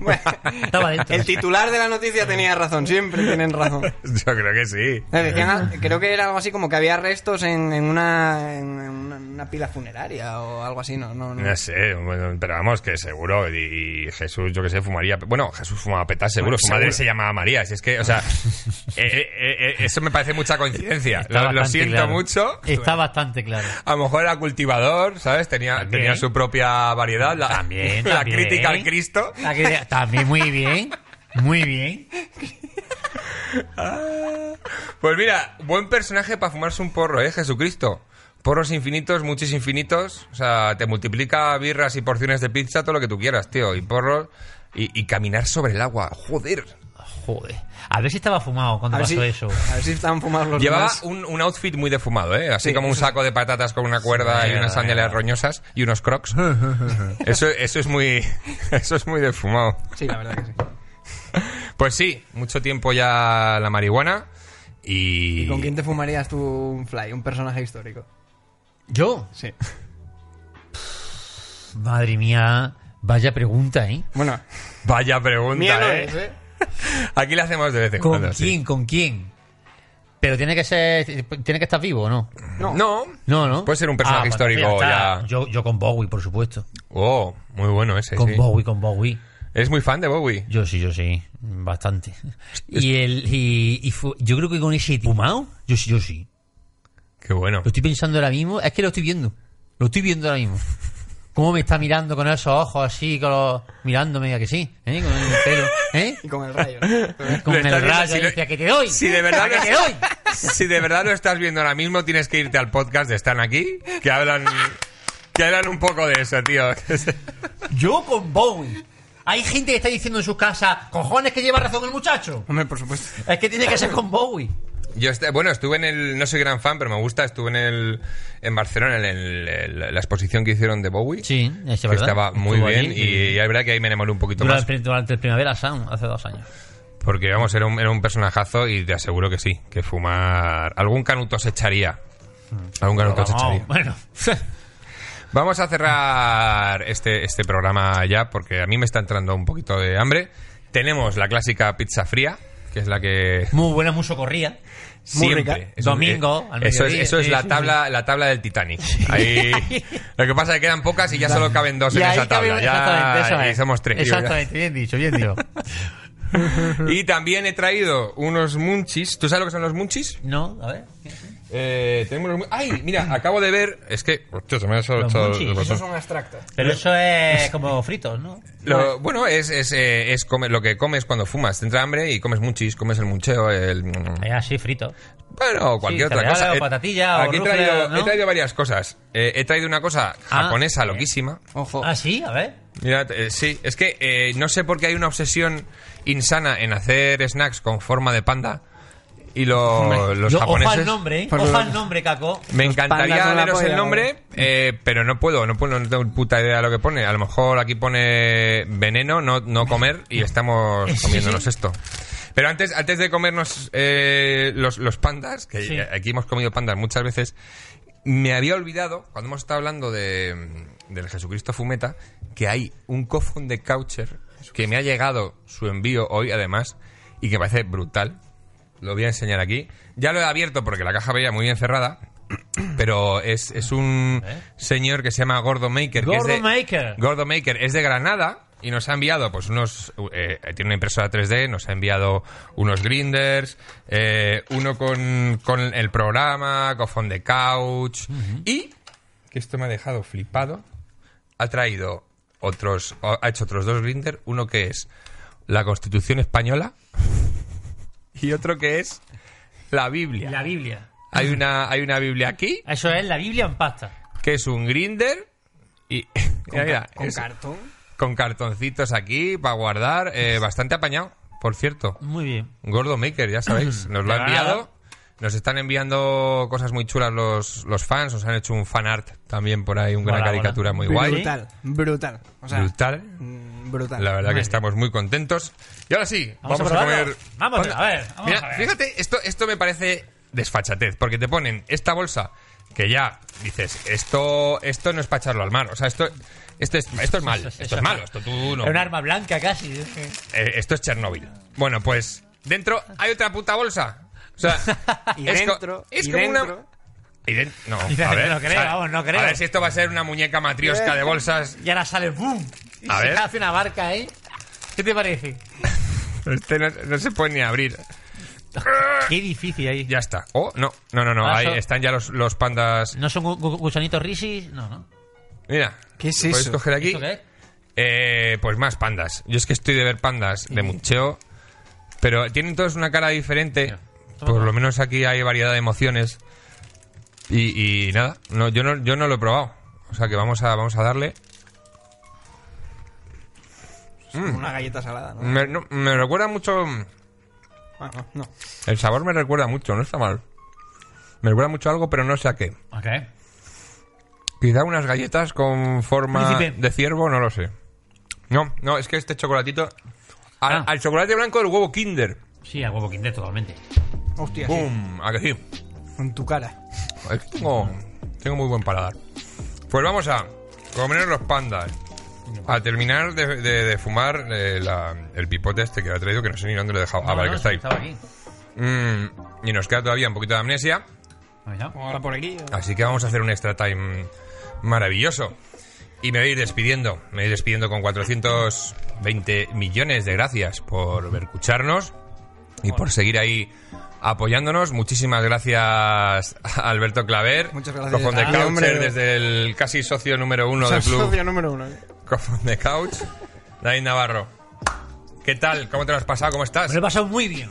Bueno,
Estaba dentro.
el titular de la noticia tenía razón, siempre tienen razón.
Yo creo que sí.
Eh, decían al- creo que era algo así como que había restos en, en una, en- en una, una pila funeraria o algo así, ¿no? no, no.
Mm.
No sé, bueno, pero vamos, que seguro. Y, y Jesús, yo que sé, fumaría. Bueno, Jesús fumaba petas, seguro. Su madre se llamaba María. Si es que, o sea, eh, eh, eh, eso me parece mucha coincidencia.
Está
Lo, lo
bastante
siento
claro.
mucho.
Está bastante claro.
A lo mejor era cultivador, ¿sabes? Tenía,
También.
tenía su propia variedad. La,
También,
la
también.
crítica al Cristo.
La que- También muy bien. Muy bien.
Pues mira, buen personaje para fumarse un porro, ¿eh? Jesucristo. Porros infinitos, muchos infinitos. O sea, te multiplica birras y porciones de pizza, todo lo que tú quieras, tío. Y porros. Y, y caminar sobre el agua. Joder.
Joder. A ver si estaba fumado cuando
A ver,
pasó
si,
eso.
a ver si están fumados los
Llevaba
demás.
un, un outfit muy defumado, ¿eh? Así como un saco de patatas con una cuerda
Sí,
y unas
sí.
sandalias roñosas y unos crocs. Eso, eso es muy... Eso es muy defumado.
Sí, la verdad que sí.
Pues sí, mucho tiempo ya la marihuana y...
¿Y con quién te fumarías tú un fly, un personaje histórico?
¿Yo?
Sí.
Madre mía. Vaya pregunta, ¿eh?
Bueno,
Vaya
mía no
pregunta,
es,
¿eh?
¿eh?
Aquí la hacemos de vez en
¿Con
cuando, sí.
quién? ¿Con quién? Pero tiene que ser. Tiene que estar vivo, ¿o ¿no?
No.
No, no.
Puede ser un
Ah,
personaje
vale,
histórico
ya
ya.
está. Yo, yo con Bowie, por supuesto.
Oh, muy bueno ese.
Con
sí.
Bowie, con Bowie.
Es muy fan de Bowie.
Yo sí, yo sí. Bastante. Y, el, y, y fu- yo creo que con ese fumado, yo sí, yo sí.
Qué bueno.
Lo estoy pensando ahora mismo. Es que lo estoy viendo. Lo estoy viendo ahora mismo. Cómo me está mirando con esos ojos así, con los- mirándome, a que sí, ¿eh? Con el pelo, ¿eh?
Y con el rayo. ¿no?
Con
Lo
el
estás viendo,
rayo,
si lo-
decía, que te doy.
si de verdad
¿A que
lo-
te doy.
Si de verdad lo estás viendo ahora mismo, tienes que irte al podcast de Están aquí, que hablan, que hablan un poco de eso, tío.
Yo con Bowie. Hay gente que está diciendo en sus casas, cojones que lleva razón el muchacho.
Hombre, por supuesto.
Es que tiene que ser con Bowie.
Yo este- bueno, estuve en el, no soy gran fan, pero me gusta, estuve en el, en Barcelona, en el- el- la exposición que hicieron de Bowie.
Sí, es
que
verdad.
estaba muy
Estuvo
bien
allí,
y,
sí.
y es verdad que ahí me enamoré un poquito más
Durante, durante el Primavera Sound, hace dos años.
porque vamos era un, era un personajazo y te aseguro que sí que fumar algún canuto se echaría
Mm.
algún canuto se echaría
bueno.
Vamos a cerrar este, este programa ya porque a mí me está entrando un poquito de hambre. Tenemos la clásica pizza fría, que es la que
Muy buena, muy socorría.
siempre
rica.
es un-
Domingo,
eh,
al
eso es,
mediodía,
eso es
sí,
la
sí,
tabla la tabla del Titanic. Ahí, lo que pasa es que quedan pocas y ya solo caben dos
Y
en
ahí
esa
cabe-
tabla. ya-
exactamente, eso
y
es.
somos tres.
Exactamente, bien dicho, bien dicho.
Y también he traído unos munchies. ¿Tú sabes lo que son los munchies?
No, a ver.
Eh, tenemos los mun- ¡Ay! Mira, acabo de ver. Es que. Hostia, se me ha echado-
Los
echado-
munchies,
Eso es un abstracto.
Pero eso es como fritos, ¿no?
Lo- bueno, es, es, eh, es come- lo que comes cuando fumas. Te entra hambre y comes munchis, comes el muncheo, el...
Ah, sí, fritos.
Bueno, o cualquier
Sí,
otra
cereales
cosa.
o
Eh,
patatilla o
Aquí he
rufles,
traído,
¿no?
he traído varias cosas. Eh, he traído una cosa
Ah.
japonesa loquísima.
Ojo.
Ah, sí, a ver.
Mira, eh, sí, es que eh, no sé por qué hay una obsesión insana en hacer snacks con forma de panda y lo- los
Yo, ojo al
japoneses...
nombre, ¿eh?
Por
ojo
lo-
al nombre, Caco.
Me
Los pandas
encantaría
son la
leeros el
polla,
nombre, eh, pero no puedo, no puedo, no tengo puta idea de lo que pone. A lo mejor aquí pone veneno, no, no comer, y estamos comiéndonos esto. Pero antes, antes de comernos eh, los, los pandas, que
Sí.
aquí hemos comido pandas muchas veces, me había olvidado, cuando hemos estado hablando de, del Jesucristo Fumeta, que hay un cofón de Coucher que me ha llegado su envío hoy, además, y que me parece brutal. Lo voy a enseñar aquí. Ya lo he abierto porque la caja veía muy bien cerrada. Pero es, es un señor que se llama Gordo Maker. que es de-
Gordon Maker.
Gordo Maker es de Granada y nos ha enviado, pues, unos. eh, tiene una impresora 3D, nos ha enviado unos grinders, eh, uno con, con el programa, Cofón de Couch. Y. Que esto me ha dejado flipado. Ha traído otros. o- Ha hecho otros dos grinders. Uno que es la Constitución Española y otro que es la Biblia.
La Biblia.
Hay, una, hay una Biblia aquí
Eso es la Biblia en pasta.
que es un grinder y. Mira, mira,
Con
es-
cartón.
con cartoncitos aquí para guardar. eh, bastante apañado, por cierto.
Muy bien.
Gordo Maker, ya sabéis. Nos lo ha
Ya.
enviado. Nos están enviando cosas muy chulas los, los fans. Nos han hecho un fan art también por ahí, una
Mola, mola.
caricatura muy guay.
Brutal. Brutal. O sea,
Brutal.
mm, brutal.
La verdad que estamos muy contentos. Y ahora sí,
Vamos
vamos,
a
a,
probarlo.
comer.
Vamos,
Panda.
a ver, vamos
Mira,
a ver.
fíjate, esto, esto me parece desfachatez, porque te ponen esta bolsa que ya dices, esto, esto no es para echarlo al mar. O sea, esto, esto, es, esto es mal, esto es malo, esto tú no.
Es un arma blanca casi. es que-
Eh, esto es Chernóbil. Bueno, pues dentro hay otra puta bolsa. O sea,
Y
es co-
dentro.
es
y
como una-
dentro.
y den- No,
Y la
a
gente
ver,
no cree,
o sea,
vamos, no creo.
A ver si esto va a ser una muñeca matriosca de bolsas.
Y ahora sale ¡boom! Y
A
se
ver.
hace una barca ahí. ¿Qué te parece?
Este no- no se puede ni abrir.
Qué difícil ahí.
Ya está. Oh, no, no, no, no.
Ah,
Ahí
eso-
están ya los, los pandas.
¿No son gu- gu- gusanitos risis? No, no.
Mira.
¿Qué es
Podéis
eso?
coger aquí.
¿Esto qué es?
Eh, pues más pandas. Yo es que estoy de ver pandas de mucheo. Pero tienen todos una cara diferente. Por lo menos aquí hay variedad de emociones. Y, y nada, no, yo, no, yo no lo he probado. O sea que vamos a, vamos a darle.
Una galleta salada, ¿no?
Me, no, me recuerda mucho.
Ah, no.
El sabor me recuerda mucho, no está mal. Me recuerda mucho a algo, pero no sé a qué.
Ok.
Quizá unas galletas con forma
Príncipe.
de ciervo, no lo sé. No, no, es que este chocolatito. Al,
Ah.
al chocolate blanco del huevo Kinder.
Sí, a huevo kinder totalmente.
Hostia, sí,
¡Bum! ¿A que sí?
en tu cara.
Es que Tengo, tengo muy buen paladar. Pues vamos a comer los pandas. A terminar de, de- de fumar eh, la- el pipote este que le ha traído, que no sé ni dónde lo he dejado. Ah,
No,
vale,
no,
que está ahí.
Estaba aquí.
Mm, y nos queda todavía un poquito de amnesia.
Ahora por aquí.
Así que vamos a hacer un extra time maravilloso. Y me voy a ir despidiendo. Me voy a ir despidiendo con 420 millones de gracias por escucharnos y por seguir ahí apoyándonos. Muchísimas gracias a Alberto Claver.
Muchas gracias.
Cofón de
Ah,
Coucher,
hombre.
desde el casi socio número uno del club.
Socio número uno. eh.
Cofón de Couch. David Navarro. ¿Qué tal? ¿Cómo te lo has pasado? ¿Cómo estás?
Me lo he pasado muy bien.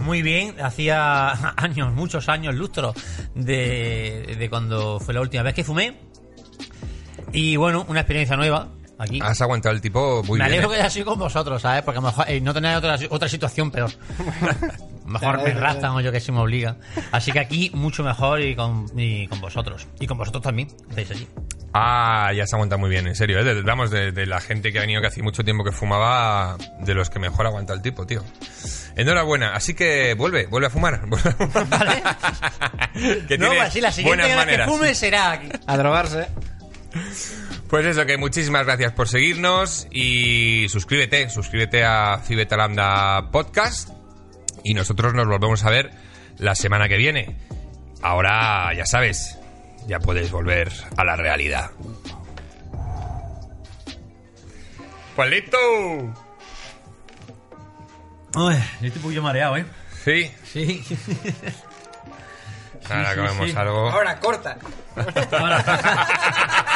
Muy bien. Hacía años, muchos años, lustros, de, de cuando fue la última vez que fumé. Y bueno, una experiencia nueva aquí.
Has aguantado el tipo muy
me
bien.
alegro
¿eh?
que haya sido con vosotros, ¿sabes? Porque a lo mejor eh, no tenéis otra, otra situación peor. A lo mejor me rastan o yo que sé, me obliga. Así que aquí mucho mejor y con, y con vosotros. Y con vosotros también, que estáis allí.
Ah, ya se aguanta muy bien, en serio. ¿eh? De- vamos, de, de la gente que ha venido que hace mucho tiempo que fumaba, de los que mejor aguanta el tipo, tío. Enhorabuena. Así que vuelve, vuelve a fumar. vuelve a fumar.
¿Vale?
que
no,
tiene
así la siguiente
buenas
vez que
maneras.
fume será aquí.
A drogarse.
Pues eso, que muchísimas gracias por seguirnos y suscríbete, suscríbete a Fibeta Lambda Podcast y nosotros nos volvemos a ver la semana que viene. Ahora, ya sabes, ya puedes volver a la realidad. Pues listo.
Uy, yo estoy un poquillo mareado, ¿eh?
Sí,
Sí.
ahora
sí,
comemos
sí.
algo.
Ahora, corta.
Ahora.